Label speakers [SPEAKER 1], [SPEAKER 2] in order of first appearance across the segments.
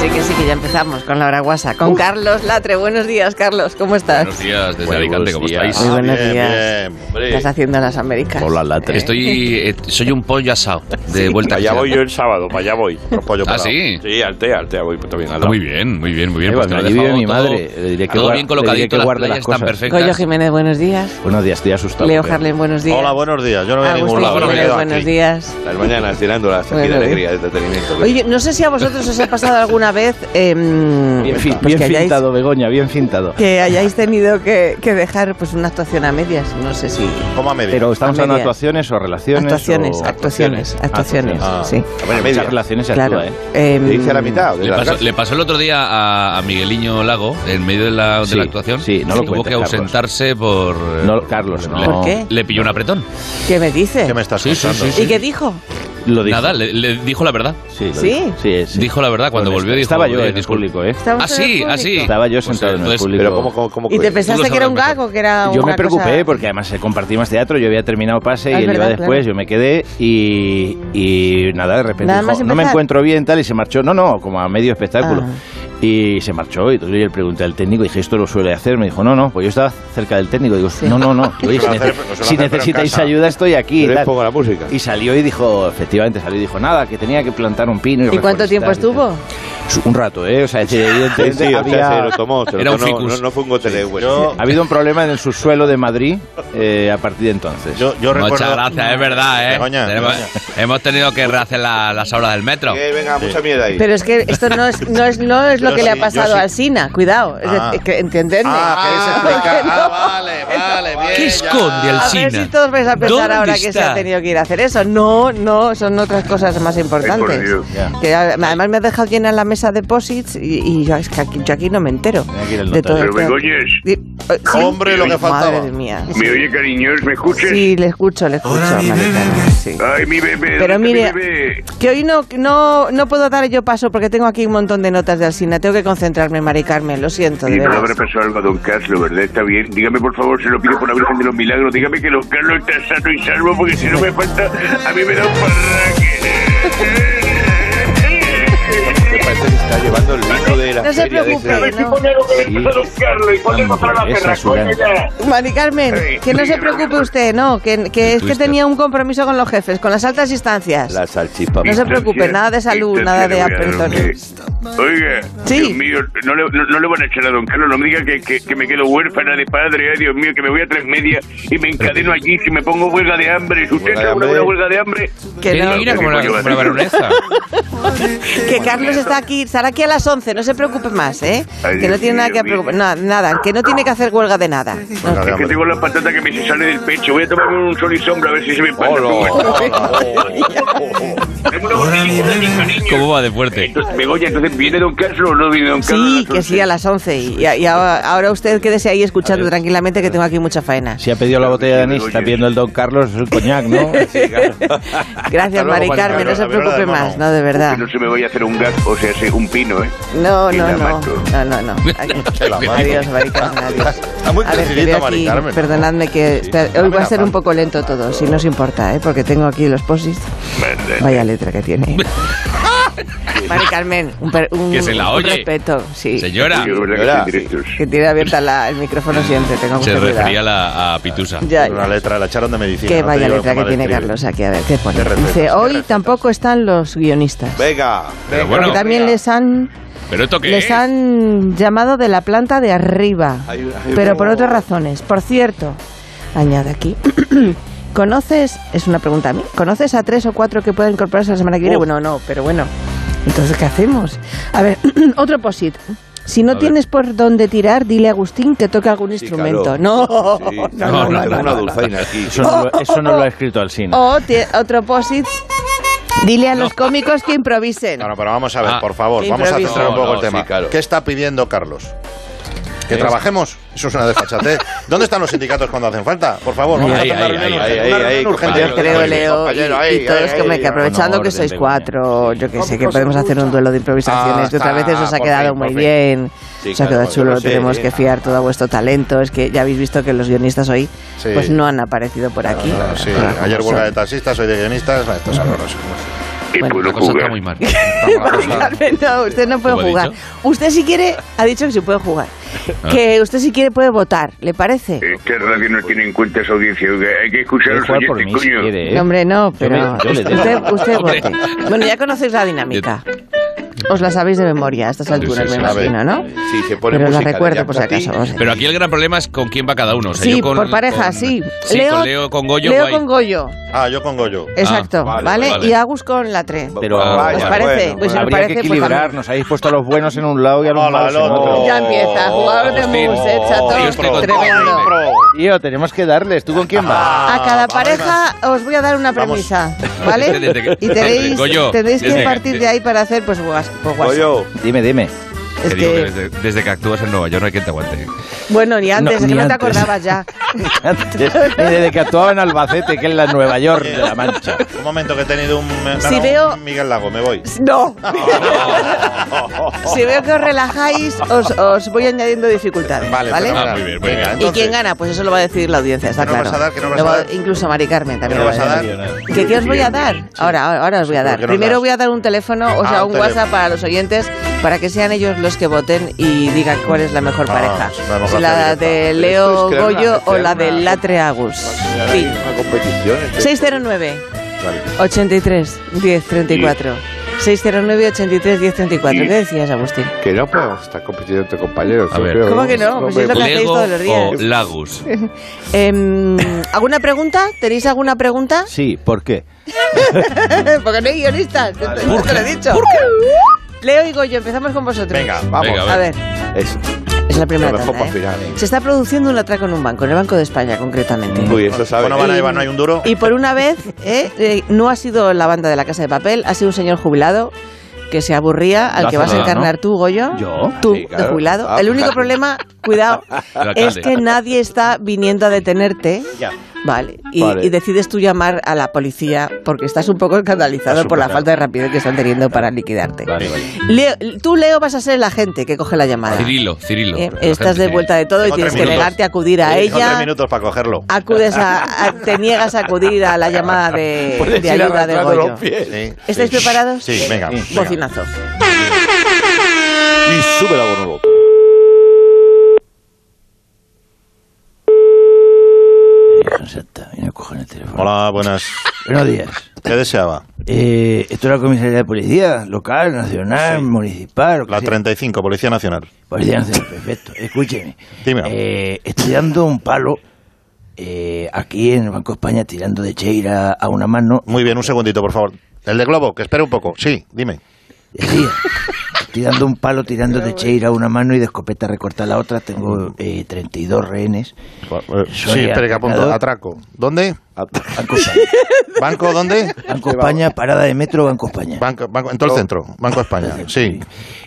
[SPEAKER 1] Sí que sí que ya empezamos con la hora guasa. Con Carlos Latre. Buenos días, Carlos. ¿Cómo estás?
[SPEAKER 2] Buenos días desde
[SPEAKER 3] Buenos
[SPEAKER 2] Alicante, ¿cómo
[SPEAKER 3] días.
[SPEAKER 2] estáis?
[SPEAKER 1] Muy buenos
[SPEAKER 3] bien,
[SPEAKER 1] días.
[SPEAKER 3] bien, hombre.
[SPEAKER 1] Estás haciendo las Américas.
[SPEAKER 3] Hola, Latre.
[SPEAKER 2] Estoy, eh, soy un pollo asado de vuelta.
[SPEAKER 3] Para allá
[SPEAKER 2] a
[SPEAKER 3] voy
[SPEAKER 2] Girona.
[SPEAKER 3] yo el sábado, para allá voy. Los pollos
[SPEAKER 2] ¿Ah,
[SPEAKER 3] parados.
[SPEAKER 2] sí?
[SPEAKER 3] Sí, Altea, Altea voy pues, también. al
[SPEAKER 2] Muy
[SPEAKER 3] lado.
[SPEAKER 2] bien, muy bien, muy bien.
[SPEAKER 4] Eh,
[SPEAKER 2] Pues te lo
[SPEAKER 4] allí
[SPEAKER 2] he dejado
[SPEAKER 4] vive mi
[SPEAKER 2] todo-
[SPEAKER 4] madre. Le diré que
[SPEAKER 2] todo
[SPEAKER 4] guar-
[SPEAKER 2] bien
[SPEAKER 4] le diré
[SPEAKER 2] colocadito,
[SPEAKER 4] que
[SPEAKER 2] las
[SPEAKER 4] guarde
[SPEAKER 2] playas
[SPEAKER 4] las
[SPEAKER 2] están
[SPEAKER 4] cosas.
[SPEAKER 2] perfectas.
[SPEAKER 1] Goyo Jiménez, buenos días.
[SPEAKER 4] Buenos días, estoy asustado.
[SPEAKER 1] Leo
[SPEAKER 4] creo.
[SPEAKER 1] Harlem, buenos días.
[SPEAKER 5] Hola, buenos días. Yo no voy a
[SPEAKER 1] Augusto
[SPEAKER 5] ningún lado. me
[SPEAKER 1] Jiménez,
[SPEAKER 5] quedo
[SPEAKER 1] buenos
[SPEAKER 5] aquí.
[SPEAKER 1] días.
[SPEAKER 3] Las mañanas tirando las aquí
[SPEAKER 1] Bueno,
[SPEAKER 3] de alegría de entretenimiento.
[SPEAKER 1] Oye, no sé si a vosotros os ha pasado alguna vez eh,
[SPEAKER 4] Bien, fin-
[SPEAKER 1] pues
[SPEAKER 4] bien
[SPEAKER 1] que, hayáis,
[SPEAKER 4] fintado, Begoña, bien fintado.
[SPEAKER 1] que hayáis tenido que, que dejar pues una actuación a medias. No sé si.
[SPEAKER 5] Como a media.
[SPEAKER 4] Pero estamos
[SPEAKER 1] A
[SPEAKER 4] hablando de
[SPEAKER 1] medias.
[SPEAKER 4] actuaciones o relaciones.
[SPEAKER 1] Actuaciones,
[SPEAKER 4] o-
[SPEAKER 1] actuaciones, actuaciones.
[SPEAKER 4] Ah,
[SPEAKER 1] Sí,
[SPEAKER 4] Bueno,
[SPEAKER 3] Media.
[SPEAKER 4] muchas relaciones se
[SPEAKER 1] claro.
[SPEAKER 4] actúa, ¿eh?
[SPEAKER 1] Eh,
[SPEAKER 3] Le hice a la mitad. o de
[SPEAKER 2] Le
[SPEAKER 3] la
[SPEAKER 2] pasó,
[SPEAKER 3] clase.
[SPEAKER 2] le pasó el otro día a, a Migueliño Lago, en medio de la, de
[SPEAKER 4] Sí,
[SPEAKER 2] la actuación.
[SPEAKER 4] sí, no lo
[SPEAKER 2] Tuvo
[SPEAKER 4] cuentes,
[SPEAKER 2] que
[SPEAKER 4] Carlos.
[SPEAKER 2] ausentarse por. eh,
[SPEAKER 4] No, Carlos, no.
[SPEAKER 1] ¿Por qué?
[SPEAKER 2] Le pilló un apretón.
[SPEAKER 1] ¿Qué me dice?
[SPEAKER 5] ¿Qué me estás
[SPEAKER 2] Sí, sí,
[SPEAKER 5] contando?
[SPEAKER 2] sí, sí.
[SPEAKER 1] ¿Y qué dijo?
[SPEAKER 4] Lo dijo.
[SPEAKER 2] Nada, le, le dijo la verdad.
[SPEAKER 4] Sí, lo
[SPEAKER 1] ¿Sí?
[SPEAKER 4] dijo. Sí, sí.
[SPEAKER 2] Dijo la verdad cuando
[SPEAKER 4] Bueno,
[SPEAKER 2] volvió. Dijo,
[SPEAKER 4] Estaba yo
[SPEAKER 2] eh,
[SPEAKER 4] en el
[SPEAKER 2] disculpe.
[SPEAKER 4] público, ¿eh?
[SPEAKER 1] Estábamos en
[SPEAKER 2] Ah,
[SPEAKER 1] el
[SPEAKER 2] sí, ah, sí.
[SPEAKER 1] público.
[SPEAKER 4] Estaba yo
[SPEAKER 2] Pues,
[SPEAKER 4] sentado en el
[SPEAKER 2] entonces,
[SPEAKER 4] público.
[SPEAKER 3] Pero ¿cómo, cómo, cómo
[SPEAKER 5] eh,
[SPEAKER 1] ¿Y te
[SPEAKER 3] crees?
[SPEAKER 1] pensaste
[SPEAKER 2] sabrás
[SPEAKER 1] que era un
[SPEAKER 2] mejor.
[SPEAKER 1] gago, que era
[SPEAKER 4] Yo
[SPEAKER 1] una
[SPEAKER 4] me preocupé
[SPEAKER 1] cosa-
[SPEAKER 4] porque además eh, compartimos teatro, yo había terminado pase
[SPEAKER 1] Ah,
[SPEAKER 4] y
[SPEAKER 1] es
[SPEAKER 4] él iba
[SPEAKER 1] verdad,
[SPEAKER 4] después,
[SPEAKER 1] claro.
[SPEAKER 4] yo me quedé y, y nada, de repente
[SPEAKER 1] Nada
[SPEAKER 4] dijo,
[SPEAKER 1] más
[SPEAKER 4] no me
[SPEAKER 1] empezar".
[SPEAKER 4] encuentro bien tal y se marchó, no, no, como a medio espectáculo.
[SPEAKER 1] Ah.
[SPEAKER 4] Y se marchó y entonces yo le pregunté al técnico, dije, ¿esto lo suele hacer? Me dijo, no, no, pues yo estaba cerca del técnico, digo, no, no, no, Oye, si,
[SPEAKER 3] Lo suele
[SPEAKER 4] nece-
[SPEAKER 3] hacer, pero lo suele
[SPEAKER 4] si
[SPEAKER 3] hacer, pero en
[SPEAKER 4] necesitáis
[SPEAKER 3] casa.
[SPEAKER 4] ayuda estoy aquí.
[SPEAKER 3] Yo le
[SPEAKER 4] tal.
[SPEAKER 3] pongo la música.
[SPEAKER 4] Y salió y dijo, efectivamente, salió y dijo, nada, que tenía que plantar un pino.
[SPEAKER 1] ¿Y cuánto tiempo
[SPEAKER 4] reforestar y
[SPEAKER 1] estuvo?
[SPEAKER 4] tal. Un rato, ¿eh? O sea, es decir,
[SPEAKER 3] Sí,
[SPEAKER 4] evidentemente
[SPEAKER 3] sí, o sea, se
[SPEAKER 4] había...
[SPEAKER 3] lo tomó. se lo
[SPEAKER 2] Era un
[SPEAKER 3] tomó, no-
[SPEAKER 2] ficus.
[SPEAKER 3] No, no fue un gote de hueso.
[SPEAKER 5] Yo,
[SPEAKER 4] Ha habido un problema en el subsuelo de Madrid eh, a partir de entonces.
[SPEAKER 5] yo, yo
[SPEAKER 2] Muchas
[SPEAKER 5] recuerdo.
[SPEAKER 2] gracias, es verdad, ¿eh?
[SPEAKER 5] Begoña,
[SPEAKER 2] Tenemos-
[SPEAKER 5] Begoña.
[SPEAKER 2] Hemos tenido que rehacer la- las obras del metro.
[SPEAKER 3] Eh, venga, mucha mierda ahí.
[SPEAKER 1] Pero es que esto no es, no es, no es lo
[SPEAKER 5] Yo
[SPEAKER 1] que le ha
[SPEAKER 5] sí, yo
[SPEAKER 1] pasado
[SPEAKER 5] sí.
[SPEAKER 1] a Sina, cuidado, es
[SPEAKER 5] Ah.
[SPEAKER 1] decir, que entenderme.
[SPEAKER 5] Ah,
[SPEAKER 1] Porque
[SPEAKER 5] queréis explicar.
[SPEAKER 1] no.
[SPEAKER 5] Ah, vale, vale, bien.
[SPEAKER 2] ¿Qué
[SPEAKER 5] ya.
[SPEAKER 2] esconde el
[SPEAKER 1] A ver
[SPEAKER 2] Sina?
[SPEAKER 1] si todos vais a pensar
[SPEAKER 2] ¿Dónde
[SPEAKER 1] ahora que se
[SPEAKER 2] está?
[SPEAKER 1] ha tenido que ir a hacer eso. No, no, son otras cosas más importantes.
[SPEAKER 4] Ya.
[SPEAKER 1] Que a- además me has dejado llena la mesa de posits y, y yo, es que aquí, yo aquí no me entero.
[SPEAKER 4] Tenía que ir el
[SPEAKER 1] de
[SPEAKER 4] notario.
[SPEAKER 1] todo
[SPEAKER 6] Pero
[SPEAKER 1] esto.
[SPEAKER 6] Begoñes,
[SPEAKER 1] Di- eh, sí.
[SPEAKER 5] Hombre, lo que faltaba.
[SPEAKER 1] Madre mía.
[SPEAKER 6] ¿me oye cariños? ¿Me escuchas?
[SPEAKER 1] Sí, le escucho, le escucho, Maricana, sí.
[SPEAKER 5] Ah,
[SPEAKER 6] Ay, mi bebé.
[SPEAKER 1] Pero
[SPEAKER 6] ¿dónde
[SPEAKER 1] mire,
[SPEAKER 6] está mi bebé?
[SPEAKER 1] que hoy no, no, no puedo dar yo paso porque tengo aquí un montón de notas de Alsina. Tengo que concentrarme, Mari Carmen, lo siento, de
[SPEAKER 6] Y no le
[SPEAKER 1] verdad.
[SPEAKER 6] habrá pasado algo a don Carlos, ¿verdad? Está bien. Dígame, por favor, se lo pido por la Virgen de los Milagros. Dígame que don Carlos está sano y salvo, porque si no me falta, a mí me da un parraque.
[SPEAKER 3] Me parece que está llevando el vino de la
[SPEAKER 1] No se
[SPEAKER 3] feria de
[SPEAKER 1] preocupe.
[SPEAKER 6] A ver si pone algo que le pasa a don Carlos y ponle contra la
[SPEAKER 4] Hamburguesas,
[SPEAKER 6] perracoña ya.
[SPEAKER 1] Mari Carmen,
[SPEAKER 6] Ey,
[SPEAKER 1] que no se
[SPEAKER 6] dígame.
[SPEAKER 1] preocupe usted, no, que, que es que
[SPEAKER 2] Twister.
[SPEAKER 1] tenía un compromiso con los jefes, con las altas instancias.
[SPEAKER 3] La salchipapa.
[SPEAKER 1] No se preocupe, nada de salud,
[SPEAKER 6] Este,
[SPEAKER 1] nada de
[SPEAKER 6] apretón.
[SPEAKER 1] apretones.
[SPEAKER 6] eh, Oiga,
[SPEAKER 1] Sí.
[SPEAKER 6] Dios mío, no le, no, no le van a echar a don Carlos, no me diga que, que, que me quedo huérfana de padre, ay Dios mío, que me voy a tres medias y me encadeno allí, si me pongo huelga de hambre, si usted
[SPEAKER 3] ¿Huelga de
[SPEAKER 6] sabe una,
[SPEAKER 3] hambre?
[SPEAKER 6] una huelga de hambre,
[SPEAKER 1] Que, no-
[SPEAKER 2] Mira, como la,
[SPEAKER 6] ¿Qué coño
[SPEAKER 2] como la
[SPEAKER 6] va a decir?
[SPEAKER 2] baronesa.
[SPEAKER 1] que Carlos está aquí, estará aquí a las 11, no se preocupe más, ¿eh?
[SPEAKER 6] Ay,
[SPEAKER 1] Que no
[SPEAKER 6] Dios
[SPEAKER 1] tiene nada
[SPEAKER 6] mío,
[SPEAKER 1] que preocupar,
[SPEAKER 6] mira.
[SPEAKER 1] nada, nada, que no tiene que hacer huelga de nada. No.
[SPEAKER 5] Venga,
[SPEAKER 6] es que
[SPEAKER 5] hombre.
[SPEAKER 6] tengo la patata que me se sale del pecho, voy a tomarme un sol y sombra a ver si se me pasa.
[SPEAKER 3] Hola, hola,
[SPEAKER 6] Tengo una botellita de mi cariño.
[SPEAKER 2] ¿Cómo va de fuerte?
[SPEAKER 6] Entonces, Begoña, entonces, ¿viene don Carlos o no viene don Carlos?
[SPEAKER 1] Sí, que sí, a las 11. Y, y ahora ahora usted quédese ahí escuchando tranquilamente que tengo aquí mucha faena.
[SPEAKER 4] Si ha pedido la botella de anís, está pidiendo el don Carlos, es el coñac, ¿no?
[SPEAKER 1] Gracias,
[SPEAKER 3] luego,
[SPEAKER 1] Mari
[SPEAKER 3] Mari
[SPEAKER 1] Carmen, no
[SPEAKER 5] Carmen,
[SPEAKER 1] se
[SPEAKER 5] la verdad,
[SPEAKER 1] preocupe
[SPEAKER 5] hermano.
[SPEAKER 1] más, no, de verdad.
[SPEAKER 6] Que no se me vaya a hacer un gag, o sea, sí, un pino, ¿eh?
[SPEAKER 1] No,
[SPEAKER 6] que
[SPEAKER 1] no,
[SPEAKER 6] la
[SPEAKER 1] no,
[SPEAKER 6] mato.
[SPEAKER 1] no, no, no. Adiós, Mari Carmen, adiós.
[SPEAKER 5] Está muy
[SPEAKER 1] A ver, que veo
[SPEAKER 5] crecidita, Mari
[SPEAKER 1] aquí,
[SPEAKER 5] Carmen.
[SPEAKER 1] perdonadme que espera, hoy va a ser un poco lento todo, si no os importa, ¿eh? porque tengo aquí los posits. Vaya letra que tiene. Mari Carmen, un, per- un-
[SPEAKER 2] Que se la
[SPEAKER 1] un
[SPEAKER 2] oye.
[SPEAKER 1] respeto, sí.
[SPEAKER 2] Señora,
[SPEAKER 6] Sí, es verdad que
[SPEAKER 3] Hola.
[SPEAKER 6] estoy directo.
[SPEAKER 1] Que tiene abierta la- el micrófono siempre, tengo mucha
[SPEAKER 2] se
[SPEAKER 1] cuidado.
[SPEAKER 2] refería a, la, a Pitusa.
[SPEAKER 1] Ya,
[SPEAKER 5] Una letra, la echaron de medicina.
[SPEAKER 1] Qué
[SPEAKER 5] no te
[SPEAKER 1] vaya
[SPEAKER 5] digo
[SPEAKER 1] letra que
[SPEAKER 5] cómo la
[SPEAKER 1] tiene
[SPEAKER 5] escribe.
[SPEAKER 1] Carlos aquí. A ver, ¿qué pone?
[SPEAKER 5] Qué recetas,
[SPEAKER 1] Dice,
[SPEAKER 5] qué
[SPEAKER 1] hoy
[SPEAKER 5] recetas".
[SPEAKER 1] tampoco están los guionistas.
[SPEAKER 3] Venga.
[SPEAKER 2] Pero
[SPEAKER 1] Porque
[SPEAKER 2] bueno,
[SPEAKER 1] también les han,
[SPEAKER 2] ¿pero esto qué
[SPEAKER 1] les
[SPEAKER 2] es?
[SPEAKER 1] han llamado de la planta de arriba.
[SPEAKER 3] Hay- hay
[SPEAKER 1] pero
[SPEAKER 3] un-
[SPEAKER 1] por otras razones. Por cierto, añade aquí. ¿Conoces, es una pregunta a mí, ¿conoces a tres o cuatro que puedan incorporarse la semana que viene?
[SPEAKER 3] Uf.
[SPEAKER 1] Bueno, no, pero bueno. Entonces, ¿qué hacemos? A ver, otro posit. Si no
[SPEAKER 2] A ver.
[SPEAKER 1] tienes por dónde tirar, dile a Agustín que toque algún
[SPEAKER 3] Sí,
[SPEAKER 1] instrumento.
[SPEAKER 3] claro.
[SPEAKER 1] No,
[SPEAKER 3] Sí.
[SPEAKER 1] no, no,
[SPEAKER 2] No,
[SPEAKER 1] no,
[SPEAKER 3] Tengo
[SPEAKER 1] no,
[SPEAKER 3] una
[SPEAKER 1] no.
[SPEAKER 3] dulzaina aquí.
[SPEAKER 4] Eso no lo, eso no lo ha escrito Alcina.
[SPEAKER 1] O tie- otro posit. Dile a los cómicos que improvisen.
[SPEAKER 5] Claro, pero vamos a ver,
[SPEAKER 2] Ah.
[SPEAKER 5] por favor,
[SPEAKER 1] Que
[SPEAKER 5] vamos a
[SPEAKER 1] improvisa.
[SPEAKER 5] centrar un
[SPEAKER 2] No,
[SPEAKER 5] poco
[SPEAKER 2] no,
[SPEAKER 5] el tema.
[SPEAKER 3] sí, claro.
[SPEAKER 5] ¿Qué está pidiendo Carlos?
[SPEAKER 3] Que trabajemos. Eso es una desfachatez. ¿Dónde están los sindicatos cuando hacen falta? Por favor, vamos
[SPEAKER 2] Ahí,
[SPEAKER 3] a hacer
[SPEAKER 2] ahí,
[SPEAKER 3] una reunión
[SPEAKER 2] ahí,
[SPEAKER 3] urgente,
[SPEAKER 7] ahí,
[SPEAKER 3] una
[SPEAKER 7] ahí,
[SPEAKER 3] reunión urgente.
[SPEAKER 7] compañero.
[SPEAKER 1] Yo creo,
[SPEAKER 7] compañeros,
[SPEAKER 1] Leo, y,
[SPEAKER 7] compañeros, ahí,
[SPEAKER 1] y todos
[SPEAKER 7] ahí,
[SPEAKER 1] como
[SPEAKER 7] ahí,
[SPEAKER 1] que aprovechando
[SPEAKER 4] con
[SPEAKER 1] que sois
[SPEAKER 4] orden,
[SPEAKER 1] cuatro, yo que sé, que podemos hacer un duelo de improvisaciones,
[SPEAKER 3] Ah,
[SPEAKER 1] que otra vez eso se ha
[SPEAKER 3] está,
[SPEAKER 1] quedado
[SPEAKER 3] por
[SPEAKER 1] muy
[SPEAKER 3] fin.
[SPEAKER 1] bien,
[SPEAKER 7] Sí,
[SPEAKER 1] se ha
[SPEAKER 7] claro,
[SPEAKER 1] quedado
[SPEAKER 7] porque
[SPEAKER 3] pues
[SPEAKER 1] chulo,
[SPEAKER 7] lo sé,
[SPEAKER 1] tenemos
[SPEAKER 7] sí.
[SPEAKER 1] que fiar todo a vuestro talento, es que ya habéis visto que los guionistas hoy
[SPEAKER 3] Sí.
[SPEAKER 1] pues no han aparecido por aquí. Ah,
[SPEAKER 3] Claro, Ah, sí.
[SPEAKER 1] Ahora,
[SPEAKER 3] Ayer
[SPEAKER 1] como
[SPEAKER 3] huelga de
[SPEAKER 1] son.
[SPEAKER 3] taxistas, hoy de guionistas. Ah, Esto es horroroso.
[SPEAKER 6] Y
[SPEAKER 1] Bueno,
[SPEAKER 6] puedo
[SPEAKER 2] La cosa está
[SPEAKER 6] jugar.
[SPEAKER 2] muy mal.
[SPEAKER 1] Carmen, no, usted no puede
[SPEAKER 2] ¿Cómo he
[SPEAKER 1] jugar.
[SPEAKER 2] dicho?
[SPEAKER 1] Usted si quiere, ha dicho que se puede jugar.
[SPEAKER 2] Ah.
[SPEAKER 1] Que usted si quiere puede votar, ¿le parece?
[SPEAKER 6] Esta radio no tiene en cuenta esa audiencia. oiga. Hay que escuchar a
[SPEAKER 4] Puede
[SPEAKER 6] los
[SPEAKER 4] jugar por
[SPEAKER 6] oyentes,
[SPEAKER 4] mí si
[SPEAKER 6] coño.
[SPEAKER 4] quiere, ¿eh?
[SPEAKER 1] No, hombre, no, pero
[SPEAKER 4] yo le dejo.
[SPEAKER 1] usted, usted
[SPEAKER 2] Hombre.
[SPEAKER 1] vote. Bueno, ya conocéis la dinámica. Os la sabéis de memoria a estas alturas,
[SPEAKER 2] sí,
[SPEAKER 1] me
[SPEAKER 2] sí,
[SPEAKER 1] imagino, ¿no?
[SPEAKER 7] Sí, se pone
[SPEAKER 1] Pero la
[SPEAKER 7] música de
[SPEAKER 1] recuerdo
[SPEAKER 7] Jack
[SPEAKER 1] por si acaso.
[SPEAKER 7] Platini.
[SPEAKER 1] vamos a-
[SPEAKER 2] Pero aquí el gran problema es con quién va cada uno. O sea,
[SPEAKER 1] Sí,
[SPEAKER 2] yo con-
[SPEAKER 1] por pareja,
[SPEAKER 2] con-
[SPEAKER 1] sí.
[SPEAKER 2] sí, con Leo, con Goyo,
[SPEAKER 1] Leo
[SPEAKER 2] guay.
[SPEAKER 1] con Goyo,
[SPEAKER 3] Ah, yo con Goyo.
[SPEAKER 1] exacto,
[SPEAKER 7] vale,
[SPEAKER 1] vale,
[SPEAKER 2] vale.
[SPEAKER 1] Y Agus con la 3.
[SPEAKER 4] Pero-
[SPEAKER 1] ¿Os
[SPEAKER 7] Vaya,
[SPEAKER 1] parece?
[SPEAKER 7] bueno,
[SPEAKER 1] pues si os
[SPEAKER 4] Ah, Habría
[SPEAKER 1] parece,
[SPEAKER 4] que
[SPEAKER 1] pues
[SPEAKER 4] equilibrarnos. Habéis puesto a los buenos en un lado y a los
[SPEAKER 3] Hola,
[SPEAKER 4] malos en
[SPEAKER 3] Lolo.
[SPEAKER 4] otro.
[SPEAKER 1] Ya empieza, jugador de
[SPEAKER 2] Agustín.
[SPEAKER 1] Muset,
[SPEAKER 2] Yo
[SPEAKER 1] chato,
[SPEAKER 2] estoy con-
[SPEAKER 1] tremendo.
[SPEAKER 4] Tío, tenemos que darles. ¿Tú con quién vas?
[SPEAKER 1] A cada pareja os voy a dar una
[SPEAKER 3] Vamos.
[SPEAKER 1] premisa, ¿vale?
[SPEAKER 2] Desde que-
[SPEAKER 1] y tenéis,
[SPEAKER 2] Goyo,
[SPEAKER 1] tendréis que
[SPEAKER 2] desde que-
[SPEAKER 1] partir de ahí para hacer pues guas- pues guasa.
[SPEAKER 7] Goyo,
[SPEAKER 4] Dime, dime.
[SPEAKER 2] Te
[SPEAKER 1] Es
[SPEAKER 2] digo que
[SPEAKER 1] que,
[SPEAKER 2] desde, desde que actúas en Nueva York no hay quien te aguante.
[SPEAKER 1] bueno, ni antes, es
[SPEAKER 4] ni
[SPEAKER 1] que no te
[SPEAKER 4] antes.
[SPEAKER 1] acordabas ya.
[SPEAKER 4] Antes, y desde que actuaba en Albacete, que es la Nueva York de la Mancha.
[SPEAKER 3] Un momento que he tenido un. me ha
[SPEAKER 1] Si
[SPEAKER 3] dado un
[SPEAKER 1] veo-
[SPEAKER 3] Miguel Lago, me voy.
[SPEAKER 1] No. si veo que os relajáis, os, os voy añadiendo dificultades. Vale,
[SPEAKER 3] fenomenal.
[SPEAKER 2] Ah, muy bien, muy bien.
[SPEAKER 3] pues Venga,
[SPEAKER 1] ¿Y
[SPEAKER 3] entonces,
[SPEAKER 1] quién gana? Pues eso lo va a decidir la audiencia, está
[SPEAKER 3] ¿Qué nos
[SPEAKER 1] claro.
[SPEAKER 3] vas a dar? ¿Qué nos vas
[SPEAKER 1] Lo
[SPEAKER 3] a
[SPEAKER 1] va-
[SPEAKER 3] dar?
[SPEAKER 1] Incluso Mari Carmen
[SPEAKER 3] ¿Qué
[SPEAKER 1] también.
[SPEAKER 3] nos
[SPEAKER 1] lo
[SPEAKER 3] vas
[SPEAKER 1] va
[SPEAKER 3] a
[SPEAKER 1] decir.
[SPEAKER 3] dar?
[SPEAKER 1] ¿Qué, qué os voy a dar? Ahora, ahora, ahora os voy a
[SPEAKER 3] ¿Pero
[SPEAKER 1] dar.
[SPEAKER 3] qué nos
[SPEAKER 1] Primero
[SPEAKER 3] das?
[SPEAKER 1] voy a dar un teléfono, o
[SPEAKER 3] Ah,
[SPEAKER 1] sea,
[SPEAKER 3] un
[SPEAKER 1] un
[SPEAKER 3] teléfono.
[SPEAKER 1] WhatsApp para los oyentes, para que sean ellos los que voten y digan cuál es la mejor
[SPEAKER 3] Ah,
[SPEAKER 1] pareja.
[SPEAKER 3] es una democracia
[SPEAKER 1] Si la
[SPEAKER 3] directa.
[SPEAKER 1] de
[SPEAKER 7] Pero
[SPEAKER 1] Leo
[SPEAKER 7] esto es crear una-
[SPEAKER 1] Goyo o
[SPEAKER 7] crear
[SPEAKER 1] la de
[SPEAKER 7] una-
[SPEAKER 1] Latre Agus.
[SPEAKER 7] hay
[SPEAKER 1] Fin.
[SPEAKER 7] una competición. entre-
[SPEAKER 1] 609
[SPEAKER 7] Vale.
[SPEAKER 1] 83 1034 609 83 1034 ¿Qué decías, Agustín?
[SPEAKER 7] Que no podemos estar compitiendo entre compañeros.
[SPEAKER 2] A
[SPEAKER 7] yo
[SPEAKER 2] ver.
[SPEAKER 7] creo.
[SPEAKER 1] ¿Cómo que no? Pues es lo que hacéis
[SPEAKER 2] Lego
[SPEAKER 1] todos los días.
[SPEAKER 2] o Lagus.
[SPEAKER 1] Em, ¿Alguna pregunta? ¿Tenéis alguna pregunta?
[SPEAKER 4] Sí, ¿por qué?
[SPEAKER 1] Porque no hay guionistas, te- te- te lo he dicho. Leo y Goyo, empezamos con vosotros.
[SPEAKER 3] Venga,
[SPEAKER 7] Vamos.
[SPEAKER 2] Venga,
[SPEAKER 1] A ver,
[SPEAKER 7] Es
[SPEAKER 1] es la primera
[SPEAKER 7] lo mejor
[SPEAKER 1] tanda,
[SPEAKER 7] para
[SPEAKER 1] ¿eh?
[SPEAKER 7] final. ¿eh?
[SPEAKER 1] Se está produciendo un atraco en un banco, en el Banco de España concretamente.
[SPEAKER 7] Uy, eso sabe.
[SPEAKER 3] Bueno, van a llevar, no hay un duro.
[SPEAKER 1] Y por una vez, ¿eh? Eh, no ha sido la banda de la Casa de Papel, ha sido un señor jubilado que se aburría, al
[SPEAKER 4] Lo
[SPEAKER 1] que
[SPEAKER 4] hace
[SPEAKER 1] vas a
[SPEAKER 4] nada,
[SPEAKER 1] encarnar
[SPEAKER 4] ¿no?
[SPEAKER 1] tú, Goyo.
[SPEAKER 4] Yo.
[SPEAKER 1] Tú,
[SPEAKER 7] Sí, claro.
[SPEAKER 1] de jubilado.
[SPEAKER 7] Ah,
[SPEAKER 1] el único
[SPEAKER 7] claro.
[SPEAKER 1] problema, cuidado,
[SPEAKER 2] El alcalde.
[SPEAKER 1] es que nadie está viniendo a detenerte.
[SPEAKER 3] Ya.
[SPEAKER 1] Vale. Y,
[SPEAKER 4] Vale.
[SPEAKER 1] y decides tú llamar a la policía porque estás un poco escandalizado
[SPEAKER 3] Estás
[SPEAKER 1] por la
[SPEAKER 3] superado.
[SPEAKER 1] falta de rapidez que están teniendo para liquidarte.
[SPEAKER 4] Vale, vale.
[SPEAKER 1] Leo, tú, Leo, vas a ser el agente que coge la llamada.
[SPEAKER 2] Cirilo, Cirilo.
[SPEAKER 1] Ah. Eh, estás de vuelta de todo y
[SPEAKER 3] Tengo
[SPEAKER 1] tienes
[SPEAKER 3] tres
[SPEAKER 1] que
[SPEAKER 3] minutos.
[SPEAKER 1] negarte a acudir a
[SPEAKER 3] Tengo tres
[SPEAKER 1] ella Ah,
[SPEAKER 3] minutos para cogerlo.
[SPEAKER 1] acudes a, a- te niegas a acudir a la llamada de,
[SPEAKER 7] Puedes
[SPEAKER 1] de
[SPEAKER 7] ir
[SPEAKER 1] ayuda de
[SPEAKER 7] arrastrando
[SPEAKER 1] Goyo.
[SPEAKER 7] los pies.
[SPEAKER 3] Sí,
[SPEAKER 1] ¿Estáis
[SPEAKER 3] sí.
[SPEAKER 1] preparados?
[SPEAKER 3] Sí, venga. venga.
[SPEAKER 1] Bocinazo.
[SPEAKER 7] Y sube la Bonolo.
[SPEAKER 4] Exacto, y no cogen el teléfono.
[SPEAKER 3] Hola, buenas.
[SPEAKER 4] Buenos días.
[SPEAKER 3] ¿Qué deseaba?
[SPEAKER 4] Eh, ¿Esto es la comisaría de policía? ¿Local, nacional,
[SPEAKER 3] Sí.
[SPEAKER 4] municipal? lo que
[SPEAKER 3] La
[SPEAKER 4] sea?
[SPEAKER 3] 35, Policía Nacional.
[SPEAKER 4] Policía nacional, perfecto. Escúcheme.
[SPEAKER 3] Dime.
[SPEAKER 4] Eh, estoy dando un palo eh, aquí en el Banco de España tirando de cheira a una mano.
[SPEAKER 3] Muy bien, un segundito, por favor. El de Globo, que espere un poco. Sí, dime.
[SPEAKER 4] Decía, estoy dando un palo tirando de cheira a una mano y de escopeta recortada a la otra. Tengo eh, 32 rehenes.
[SPEAKER 3] eh, Sí, espere que apunto. Atraco. ¿Dónde?
[SPEAKER 4] Banco España.
[SPEAKER 3] ¿Banco dónde?
[SPEAKER 4] Banco España, parada de metro, Banco España.
[SPEAKER 3] Banco, banco, en todo el centro. Banco España. Sí.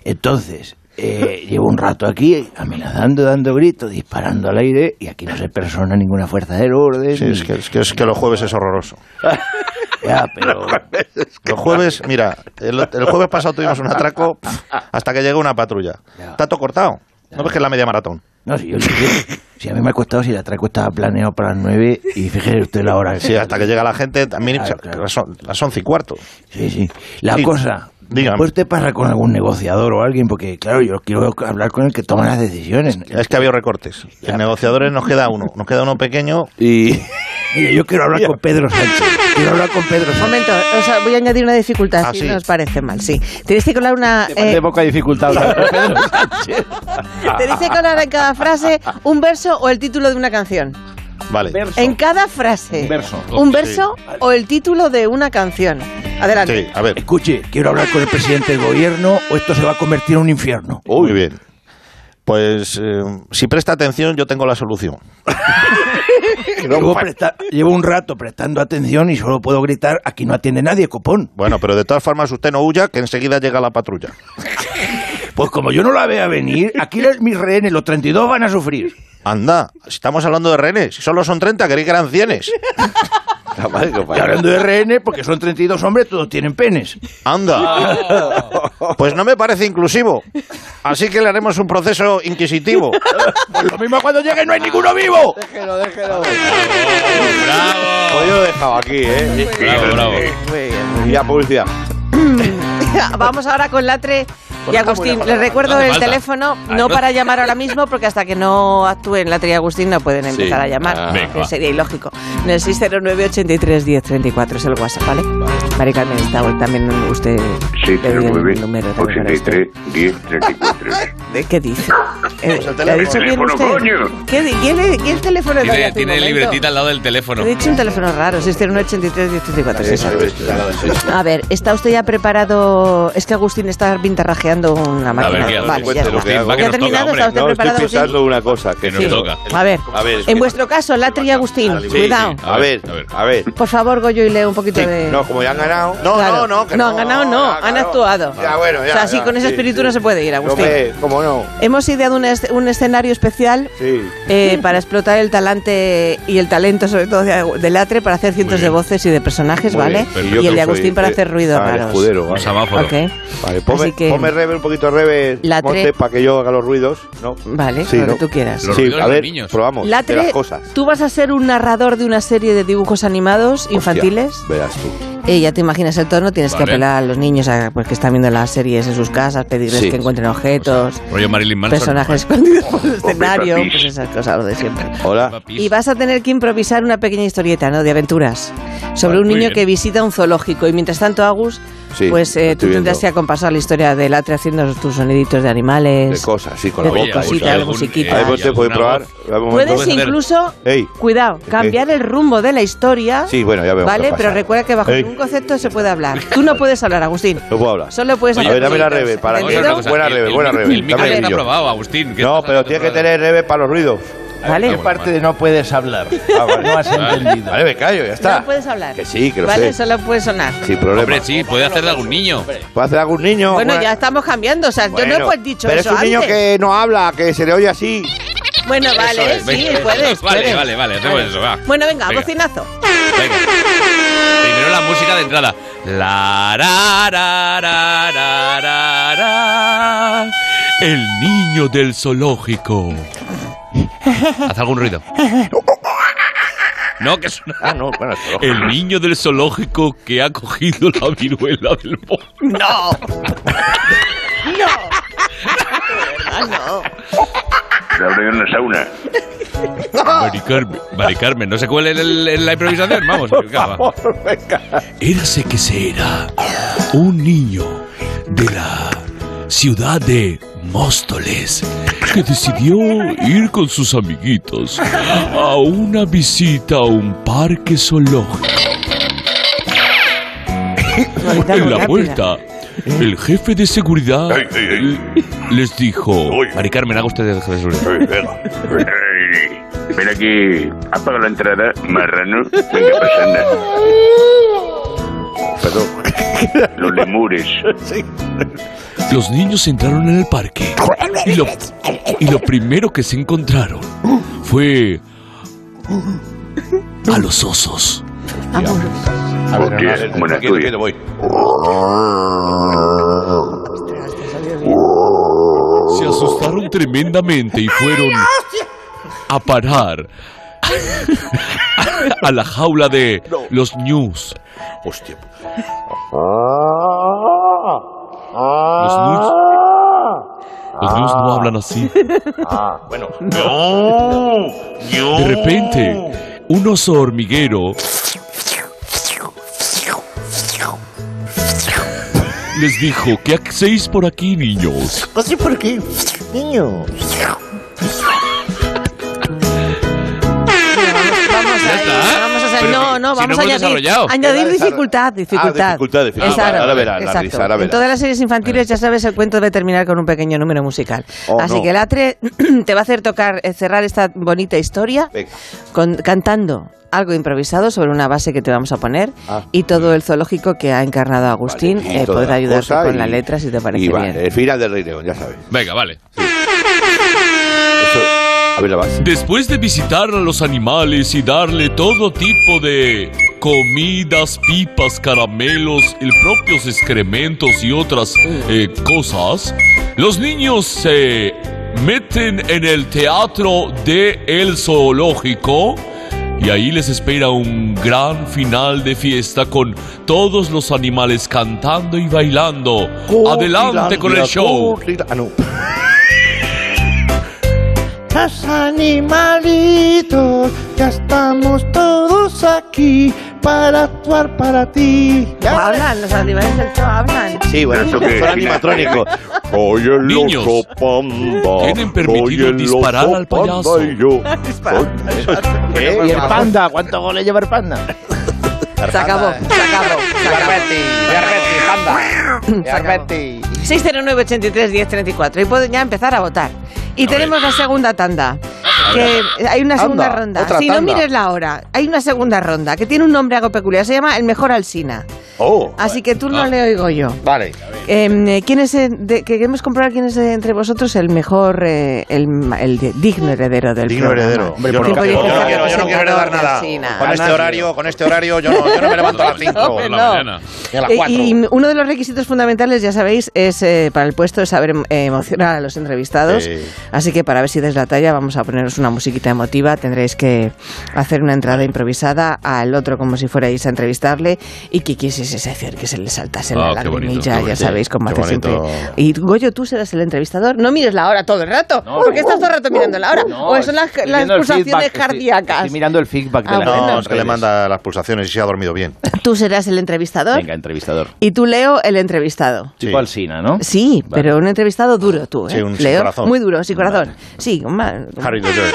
[SPEAKER 4] Entonces, eh, llevo un rato aquí amenazando, dando gritos, disparando al aire y aquí no se persona ninguna fuerza del orden.
[SPEAKER 3] Sí, es que, es que, es que los jueves es horroroso.
[SPEAKER 4] Ya, pero...
[SPEAKER 3] Los jueves, mira, el, el jueves pasado tuvimos un atraco pf, hasta que llegó una patrulla.
[SPEAKER 4] Ya.
[SPEAKER 3] Tato cortado. No ves que es la media maratón.
[SPEAKER 4] No, si yo lo sé. Si a mí me ha costado si el atraco estaba planeado para las 9 y fíjese usted la hora.
[SPEAKER 3] Sí, hasta que llega la gente, también
[SPEAKER 4] Claro, claro.
[SPEAKER 3] Las, on- las once y cuarto.
[SPEAKER 4] Sí, sí. La
[SPEAKER 3] Sí.
[SPEAKER 4] cosa...
[SPEAKER 3] Dígame.
[SPEAKER 4] Pues te pasa con algún negociador o alguien, porque claro, yo quiero hablar con el que toma las decisiones.
[SPEAKER 3] Es que ha habido recortes. En negociadores nos queda uno. Nos queda uno pequeño.
[SPEAKER 4] Y... Mira, yo quiero hablar con Pedro Sánchez. Quiero hablar con Pedro Sánchez.
[SPEAKER 1] Momento, o sea, voy a añadir una dificultad
[SPEAKER 3] Ah,
[SPEAKER 1] si
[SPEAKER 3] sí.
[SPEAKER 1] no os parece mal, sí. Tenéis que colar una eh,
[SPEAKER 4] poca dificultad
[SPEAKER 1] tenéis que colar en cada frase un verso o el título de una canción.
[SPEAKER 3] Vale.
[SPEAKER 1] En cada frase. Un verso. Un verso o el título de una canción. Adelante.
[SPEAKER 3] Sí, a ver.
[SPEAKER 4] Escuche, quiero hablar con el presidente del gobierno o esto se va a convertir en un infierno.
[SPEAKER 3] Muy bien. Pues eh, si presta atención, yo tengo la solución.
[SPEAKER 4] Llevo, presta- llevo un rato prestando atención y solo puedo gritar, aquí no atiende nadie, copón.
[SPEAKER 3] Bueno, pero de todas formas usted no huya, que enseguida llega la patrulla.
[SPEAKER 4] Pues como yo no la vea venir, aquí los- mis rehenes, los 32, van a sufrir.
[SPEAKER 5] Anda, estamos hablando de rehenes. Si solo son 30, queréis que eran 100.
[SPEAKER 4] Y hablando de rehenes, porque son 32 hombres, todos tienen penes.
[SPEAKER 5] Anda. Pues no me parece inclusivo. Así que le haremos un proceso inquisitivo.
[SPEAKER 4] Pues lo mismo cuando llegue no hay ninguno vivo.
[SPEAKER 3] Déjelo, déjelo.
[SPEAKER 2] ¡Bravo!
[SPEAKER 3] Hoy lo he dejado aquí, ¿eh?
[SPEAKER 2] Bravo, bravo.
[SPEAKER 3] Muy bien. Ya, publicidad.
[SPEAKER 1] Vamos ahora con Latre y Agustín. Les recuerdo
[SPEAKER 2] No hace
[SPEAKER 1] el
[SPEAKER 2] falta.
[SPEAKER 1] teléfono,
[SPEAKER 2] Ah,
[SPEAKER 1] no
[SPEAKER 2] no.
[SPEAKER 1] para llamar ahora mismo, porque hasta que no actúen Latre y Agustín no pueden empezar a llamar. Eh,
[SPEAKER 2] Ah, venga, va.
[SPEAKER 1] Sería ilógico. En el 609 83 10 34 es el WhatsApp, ¿vale? Mari Carmen, está hoy también usted pedía un
[SPEAKER 6] 609
[SPEAKER 1] número también para usted.
[SPEAKER 6] 83 10 34.
[SPEAKER 1] ¿De ¿Qué dice? Eh,
[SPEAKER 5] el
[SPEAKER 1] ¿Le ha
[SPEAKER 5] teléfono.
[SPEAKER 1] dicho bien
[SPEAKER 6] Teléfono,
[SPEAKER 1] usted?
[SPEAKER 6] coño.
[SPEAKER 1] ¿Qué, di- ¿Quién, le- quién teléfono le
[SPEAKER 2] Tiene,
[SPEAKER 1] hace un
[SPEAKER 2] tiene
[SPEAKER 1] momento?
[SPEAKER 2] libretita al lado del teléfono.
[SPEAKER 1] He dicho un teléfono raro, 609 83 10 34 es esa. A ver, ¿está usted ya preparado? Es que Agustín está vintarrajeando una
[SPEAKER 2] A
[SPEAKER 1] máquina.
[SPEAKER 2] ver, ¿qué haces?
[SPEAKER 1] vale, ya,
[SPEAKER 3] Cuente lo
[SPEAKER 1] está.
[SPEAKER 3] que hago.
[SPEAKER 2] va que
[SPEAKER 1] ¿Ya ha
[SPEAKER 2] nos toca,
[SPEAKER 1] terminado?
[SPEAKER 2] hombre.
[SPEAKER 1] ¿Está usted
[SPEAKER 3] No, estoy
[SPEAKER 1] preparado? Agustín?
[SPEAKER 3] pensando una cosa.
[SPEAKER 2] Que nos
[SPEAKER 3] es-
[SPEAKER 2] toca.
[SPEAKER 1] A ver,
[SPEAKER 3] A ver,
[SPEAKER 1] en vuestro caso, Latri y Agustín,
[SPEAKER 2] Sí, sí.
[SPEAKER 1] cuidado.
[SPEAKER 3] A ver, a ver. A ver.
[SPEAKER 1] Por favor, Goyo, y lee un poquito de...
[SPEAKER 3] No, como ya han ganado.
[SPEAKER 5] No,
[SPEAKER 1] Claro.
[SPEAKER 5] no, no. que
[SPEAKER 1] han ganado, no,
[SPEAKER 3] ya,
[SPEAKER 1] han
[SPEAKER 3] claro.
[SPEAKER 1] actuado.
[SPEAKER 3] Ya, bueno, ya.
[SPEAKER 1] o sea, así
[SPEAKER 3] ya,
[SPEAKER 1] con ese
[SPEAKER 3] sí,
[SPEAKER 1] espíritu
[SPEAKER 3] sí.
[SPEAKER 1] no se puede ir, Agustín.
[SPEAKER 3] Hombre, ¿Cómo no?
[SPEAKER 1] Hemos ideado un, es- un escenario especial
[SPEAKER 3] Sí.
[SPEAKER 1] eh, para explotar el talante y el talento, sobre todo, de, de Latre, para hacer cientos
[SPEAKER 2] Muy
[SPEAKER 1] de
[SPEAKER 2] bien.
[SPEAKER 1] voces y de personajes,
[SPEAKER 2] Muy
[SPEAKER 1] ¿vale?
[SPEAKER 2] bien, perfecto.
[SPEAKER 3] yo
[SPEAKER 1] Y el
[SPEAKER 3] que
[SPEAKER 1] de
[SPEAKER 3] soy,
[SPEAKER 1] Agustín para
[SPEAKER 3] eh,
[SPEAKER 1] hacer ruidos
[SPEAKER 3] ah, el
[SPEAKER 1] raros.
[SPEAKER 3] escudero,
[SPEAKER 2] Un
[SPEAKER 3] vale.
[SPEAKER 2] semáforo.
[SPEAKER 1] Ok,
[SPEAKER 3] Vale, ponme,
[SPEAKER 1] Así que-
[SPEAKER 3] ponme rever, un poquito rever,
[SPEAKER 1] La tre-
[SPEAKER 3] para que yo haga los ruidos, ¿no?
[SPEAKER 1] vale,
[SPEAKER 3] Sí,
[SPEAKER 1] lo que
[SPEAKER 3] ¿no?
[SPEAKER 1] tú quieras.
[SPEAKER 2] Los
[SPEAKER 3] sí,
[SPEAKER 2] ruidos
[SPEAKER 3] a
[SPEAKER 2] de
[SPEAKER 3] ver,
[SPEAKER 2] niños.
[SPEAKER 3] probamos
[SPEAKER 1] Latre,
[SPEAKER 3] de las cosas.
[SPEAKER 1] tú vas a ser un narrador de una serie de dibujos animados infantiles.
[SPEAKER 3] Hostia, verás tú.
[SPEAKER 1] Eh, ya te imaginas el tono, tienes que
[SPEAKER 2] Vale.
[SPEAKER 1] apelar a los niños a, pues, que están viendo las series en sus casas, pedirles
[SPEAKER 3] Sí.
[SPEAKER 1] que encuentren objetos,
[SPEAKER 2] Rollo Marilyn Manson.
[SPEAKER 1] personajes escondidos por el escenario,
[SPEAKER 6] papis.
[SPEAKER 1] pues esas cosas, lo de siempre.
[SPEAKER 3] Hola.
[SPEAKER 1] Y vas a tener que improvisar una pequeña historieta, ¿no? De aventuras. Sobre
[SPEAKER 2] Vale,
[SPEAKER 1] un
[SPEAKER 2] muy
[SPEAKER 1] niño
[SPEAKER 2] bien.
[SPEAKER 1] que visita un zoológico. Y mientras tanto, Agus,
[SPEAKER 3] Sí,
[SPEAKER 1] pues eh,
[SPEAKER 3] lo
[SPEAKER 1] tú
[SPEAKER 3] estoy
[SPEAKER 1] tendrás
[SPEAKER 3] viendo.
[SPEAKER 1] que acompasar la historia del atre haciendo tus soniditos de animales.
[SPEAKER 3] De cosas, sí, con la
[SPEAKER 1] de
[SPEAKER 3] boca.
[SPEAKER 1] cositas,
[SPEAKER 3] y tal.
[SPEAKER 1] algo chiquito.
[SPEAKER 2] eh,
[SPEAKER 3] A ver,
[SPEAKER 1] Ay,
[SPEAKER 3] vos te puedes probar. Dame un momento.
[SPEAKER 1] Puedes
[SPEAKER 2] Puedes hacer-
[SPEAKER 1] incluso,
[SPEAKER 3] Ey.
[SPEAKER 1] cuidado,
[SPEAKER 3] ¿Qué?
[SPEAKER 1] cambiar el rumbo de la historia.
[SPEAKER 3] Sí, bueno, ya veo qué
[SPEAKER 1] Vale,
[SPEAKER 3] pasa.
[SPEAKER 1] pero recuerda que bajo
[SPEAKER 3] Ey.
[SPEAKER 1] ningún concepto se puede hablar. Tú no puedes hablar, Agustín.
[SPEAKER 3] No puedo hablar.
[SPEAKER 1] Solo puedes
[SPEAKER 3] Oye,
[SPEAKER 1] hacer
[SPEAKER 3] a ver, dame la
[SPEAKER 1] ruiditos.
[SPEAKER 3] reve, para mí.
[SPEAKER 2] Vamos a hacer
[SPEAKER 1] ¿Entendido?
[SPEAKER 2] una cosa.
[SPEAKER 3] Buena
[SPEAKER 2] El-
[SPEAKER 3] rebe, buena
[SPEAKER 2] el-
[SPEAKER 3] rebe.
[SPEAKER 2] El micro
[SPEAKER 3] Dame el
[SPEAKER 2] está
[SPEAKER 3] brillo.
[SPEAKER 2] aprobado, Agustín. ¿Qué
[SPEAKER 3] No,
[SPEAKER 2] estás
[SPEAKER 3] pero
[SPEAKER 2] haciendo
[SPEAKER 3] tienes que
[SPEAKER 2] otra
[SPEAKER 3] tener
[SPEAKER 2] vez?
[SPEAKER 3] reve para los ruidos.
[SPEAKER 1] Vale.
[SPEAKER 2] Bueno, vale.
[SPEAKER 4] no puedes hablar? No has entendido.
[SPEAKER 3] Ah, Vale, me callo, ya está.
[SPEAKER 1] No puedes hablar.
[SPEAKER 3] Que sí, que lo
[SPEAKER 1] Vale,
[SPEAKER 3] sé.
[SPEAKER 1] solo puedes sonar.
[SPEAKER 3] Sin problema.
[SPEAKER 2] Hombre, sí, puede hacer de algún niño.
[SPEAKER 3] ¿Puede hacer algún niño?
[SPEAKER 1] Bueno,
[SPEAKER 3] Bueno,
[SPEAKER 1] ya estamos cambiando. O sea, yo no
[SPEAKER 3] bueno,
[SPEAKER 1] he pues, dicho
[SPEAKER 3] Pero
[SPEAKER 1] eso
[SPEAKER 3] es un niño
[SPEAKER 1] antes.
[SPEAKER 3] que no habla, que se le oye así.
[SPEAKER 1] Bueno, vale,
[SPEAKER 2] es,
[SPEAKER 1] sí,
[SPEAKER 2] venga.
[SPEAKER 1] puedes.
[SPEAKER 2] Vale,
[SPEAKER 1] puedes.
[SPEAKER 2] vale, vale, hacemos eso, va.
[SPEAKER 1] Bueno, venga,
[SPEAKER 2] Venga.
[SPEAKER 1] bocinazo.
[SPEAKER 2] Venga. Primero la música de entrada. La ra, ra, ra, ra, ra, ra. El niño del zoológico. Haz algún ruido. No, que es una-
[SPEAKER 3] Ah, no, bueno, esto no.
[SPEAKER 2] El niño del zoológico que ha cogido la viruela del mono.
[SPEAKER 1] No.
[SPEAKER 6] La abrió en la sauna.
[SPEAKER 2] Mari Carmen, Mari Carmen, no se cuele en, el- en la improvisación. Vamos, venga, va. Érase que se era un niño de la ciudad de Móstoles que decidió ir con sus amiguitos a una visita a un parque zoológico.
[SPEAKER 1] Ahorita
[SPEAKER 2] En
[SPEAKER 1] muy
[SPEAKER 2] la
[SPEAKER 1] rápida.
[SPEAKER 2] vuelta, el jefe de seguridad
[SPEAKER 6] Ay, ay, ay.
[SPEAKER 2] les dijo...
[SPEAKER 6] Uy.
[SPEAKER 2] Mari Carmen, haga usted de jefe de seguridad.
[SPEAKER 6] Ay, venga. Ay, Ven aquí. Apaga la entrada, marrano. Venga, pasanda. Perdón. Los lemures.
[SPEAKER 2] Los niños entraron en el parque y lo, y lo primero que se encontraron fue a los osos.
[SPEAKER 6] Hostias, como la tuya.
[SPEAKER 3] voy.
[SPEAKER 2] Se asustaron tremendamente y fueron a parar a la jaula de los news.
[SPEAKER 3] Hostia. Ah,
[SPEAKER 2] Los news, los news no hablan así. De repente, un oso hormiguero les dijo, ¿qué hacéis por aquí, niños?
[SPEAKER 8] No sé por qué, niño.
[SPEAKER 1] Eh, Vamos a ir, vamos a hacer- No, no, no,
[SPEAKER 9] Si no
[SPEAKER 1] vamos
[SPEAKER 9] hemos
[SPEAKER 1] a añadir,
[SPEAKER 9] desarrollado.
[SPEAKER 1] añadir
[SPEAKER 2] Era desarrollo.
[SPEAKER 1] dificultad, dificultad.
[SPEAKER 2] Ah, dificultad, dificultad.
[SPEAKER 1] Exacto,
[SPEAKER 2] Ahora verás, la
[SPEAKER 1] exacto.
[SPEAKER 2] risa, ahora
[SPEAKER 1] En
[SPEAKER 2] verás.
[SPEAKER 1] todas las series infantiles, ya sabes, el cuento debe terminar con un pequeño número musical.
[SPEAKER 2] Oh,
[SPEAKER 1] Así
[SPEAKER 2] no.
[SPEAKER 1] que el atre te va a hacer tocar, eh, cerrar esta bonita historia
[SPEAKER 2] Venga.
[SPEAKER 1] con- cantando algo improvisado sobre una base que te vamos a poner y todo el zoológico que ha encarnado Agustín
[SPEAKER 2] Ah. Mm. Vale, y
[SPEAKER 1] eh,
[SPEAKER 2] toda
[SPEAKER 1] podrá
[SPEAKER 2] la
[SPEAKER 1] ayudarte
[SPEAKER 2] cosa
[SPEAKER 1] con
[SPEAKER 2] y-
[SPEAKER 1] la letra si te parece
[SPEAKER 2] y va,
[SPEAKER 1] bien.
[SPEAKER 2] El final del Rey León, ya sabes.
[SPEAKER 9] Venga, vale.
[SPEAKER 2] Eso, a ver la base.
[SPEAKER 9] Después de visitar a los animales y darle todo tipo de comidas, pipas, caramelos, y propios excrementos y otras eh, cosas, los niños se meten en el teatro de el zoológico y ahí les espera un gran final de fiesta con todos los animales cantando y bailando. Adelante con el show.
[SPEAKER 3] Ah, no.
[SPEAKER 10] Los animalitos, ya estamos todos aquí para actuar para ti.
[SPEAKER 2] eh.
[SPEAKER 1] Hablan, los animales del show hablan.
[SPEAKER 3] Sí, bueno, eso
[SPEAKER 6] qué?
[SPEAKER 3] que son animatrónico.
[SPEAKER 2] Soy el
[SPEAKER 9] Niños,
[SPEAKER 2] oso panda.
[SPEAKER 9] ¿tienen
[SPEAKER 2] soy
[SPEAKER 9] permitido
[SPEAKER 2] el
[SPEAKER 9] disparar
[SPEAKER 2] oso
[SPEAKER 9] al payaso?
[SPEAKER 2] panda y yo.
[SPEAKER 4] ¿Eh? ¿Y el panda? ¿Cuántos goles lleva el panda?
[SPEAKER 1] Se acabó,
[SPEAKER 2] eh.
[SPEAKER 1] se acabó, se acabó. Se acabó. 609-83-1034. Y pueden ya empezar a votar. Y tenemos la segunda tanda. Que hay una segunda ronda.
[SPEAKER 2] otra
[SPEAKER 1] Si no
[SPEAKER 2] tanda.
[SPEAKER 1] mires la hora, hay una segunda ronda que tiene un nombre algo peculiar. Se llama El Mejor Alsina.
[SPEAKER 2] Oh,
[SPEAKER 1] Así que tú no le oigo yo.
[SPEAKER 2] vale.
[SPEAKER 1] Eh, ¿quién es, eh, de- queremos comprobar quién es de entre vosotros el mejor, eh, el, ma- el de- digno heredero del
[SPEAKER 3] Digno
[SPEAKER 1] programa.
[SPEAKER 3] heredero. Hombre,
[SPEAKER 1] ¿Quién
[SPEAKER 3] por
[SPEAKER 1] podría
[SPEAKER 3] favor.
[SPEAKER 1] ser
[SPEAKER 3] Yo no quiero- yo no quiero heredar
[SPEAKER 1] representador de
[SPEAKER 3] nada.
[SPEAKER 1] Alsina?
[SPEAKER 3] Con este horario, con este horario, yo no, yo no me levanto a las 5.
[SPEAKER 9] Por la
[SPEAKER 1] No.
[SPEAKER 9] mañana.
[SPEAKER 3] Ni a las
[SPEAKER 1] Eh,
[SPEAKER 3] 4.
[SPEAKER 1] Y uno de los requisitos fundamentales, ya sabéis, es eh, para el puesto es saber em- eh, emocionar a los entrevistados.
[SPEAKER 3] Sí.
[SPEAKER 1] Así que para ver si des la talla, vamos a poneros una musiquita emotiva. Tendréis que hacer una entrada improvisada al otro como si fuerais a entrevistarle y que quisieseis hacer que se le saltase
[SPEAKER 9] Ah,
[SPEAKER 1] la
[SPEAKER 9] qué bonito, qué
[SPEAKER 1] lagrimilla. Ya
[SPEAKER 9] bonito.
[SPEAKER 1] sabéis cómo
[SPEAKER 3] Qué
[SPEAKER 1] hace siempre.
[SPEAKER 3] bonito.
[SPEAKER 1] Y Goyo, tú serás el entrevistador. No mires la hora todo el rato, porque estás todo el rato mirando la hora. o pues son las, las pulsaciones cardíacas.
[SPEAKER 4] Estoy mirando el feedback de
[SPEAKER 1] Ah,
[SPEAKER 4] la
[SPEAKER 1] bueno.
[SPEAKER 3] No, es que le manda las pulsaciones y se ha dormido bien.
[SPEAKER 1] Tú serás el entrevistador
[SPEAKER 4] Venga, entrevistador.
[SPEAKER 1] y tú, Leo, el entrevistado.
[SPEAKER 3] Sí.
[SPEAKER 4] Tipo Alsina, ¿no?
[SPEAKER 1] Sí,
[SPEAKER 4] Vale.
[SPEAKER 1] pero un entrevistado duro tú, ¿eh?
[SPEAKER 3] Sí, un sin
[SPEAKER 1] Leo,
[SPEAKER 3] corazón.
[SPEAKER 1] muy duro, sin corazón. Sí, un mal.
[SPEAKER 3] Harry the Jerk.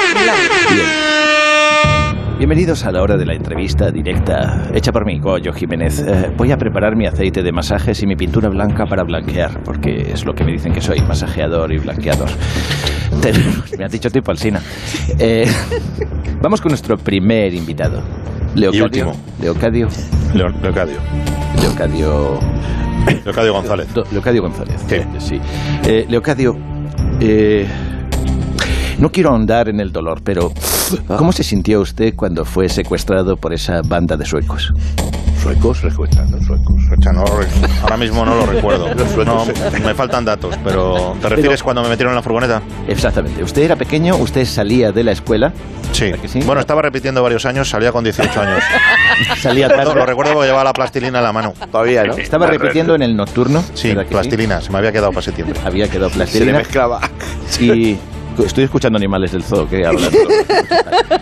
[SPEAKER 4] Bienvenidos a la hora de la entrevista directa, hecha por mí, Goyo Jiménez. Eh, voy a preparar mi aceite de masajes y mi pintura blanca para blanquear, porque es lo que me dicen que soy, masajeador y blanqueador. Te- me has dicho tipo Alsina. Eh, vamos con nuestro primer invitado. Leocadio.
[SPEAKER 3] último.
[SPEAKER 4] Leocadio.
[SPEAKER 3] Leo- Leocadio.
[SPEAKER 4] Leocadio.
[SPEAKER 3] Leocadio González.
[SPEAKER 4] Do- Leocadio González.
[SPEAKER 3] Sí.
[SPEAKER 4] sí. Eh, Leocadio, eh, no quiero ahondar en el dolor, pero
[SPEAKER 3] Ah.
[SPEAKER 4] ¿cómo se sintió usted cuando fue secuestrado por esa banda de suecos?
[SPEAKER 2] Suecos, recuestando, suecos.
[SPEAKER 3] O sea, no lo re- ahora mismo no lo recuerdo. No,
[SPEAKER 2] suecos,
[SPEAKER 3] me faltan datos, pero ¿te refieres cuando me metieron en la furgoneta?
[SPEAKER 4] Exactamente. Usted era pequeño, usted salía de la escuela.
[SPEAKER 3] Sí.
[SPEAKER 4] ¿A que sí?
[SPEAKER 3] Bueno, estaba repitiendo varios años, salía con 18 años.
[SPEAKER 4] Salía atrás.
[SPEAKER 3] No, lo recuerdo porque llevaba la plastilina en la mano.
[SPEAKER 2] Todavía, ¿no?
[SPEAKER 4] Estaba repitiendo en el nocturno.
[SPEAKER 3] Sí,
[SPEAKER 4] ¿verdad que sí?
[SPEAKER 3] plastilina, se me había quedado para septiembre.
[SPEAKER 4] Había quedado
[SPEAKER 2] Se le
[SPEAKER 4] plastilina.
[SPEAKER 2] mezclaba.
[SPEAKER 4] Y estoy escuchando animales del zoo que hablan.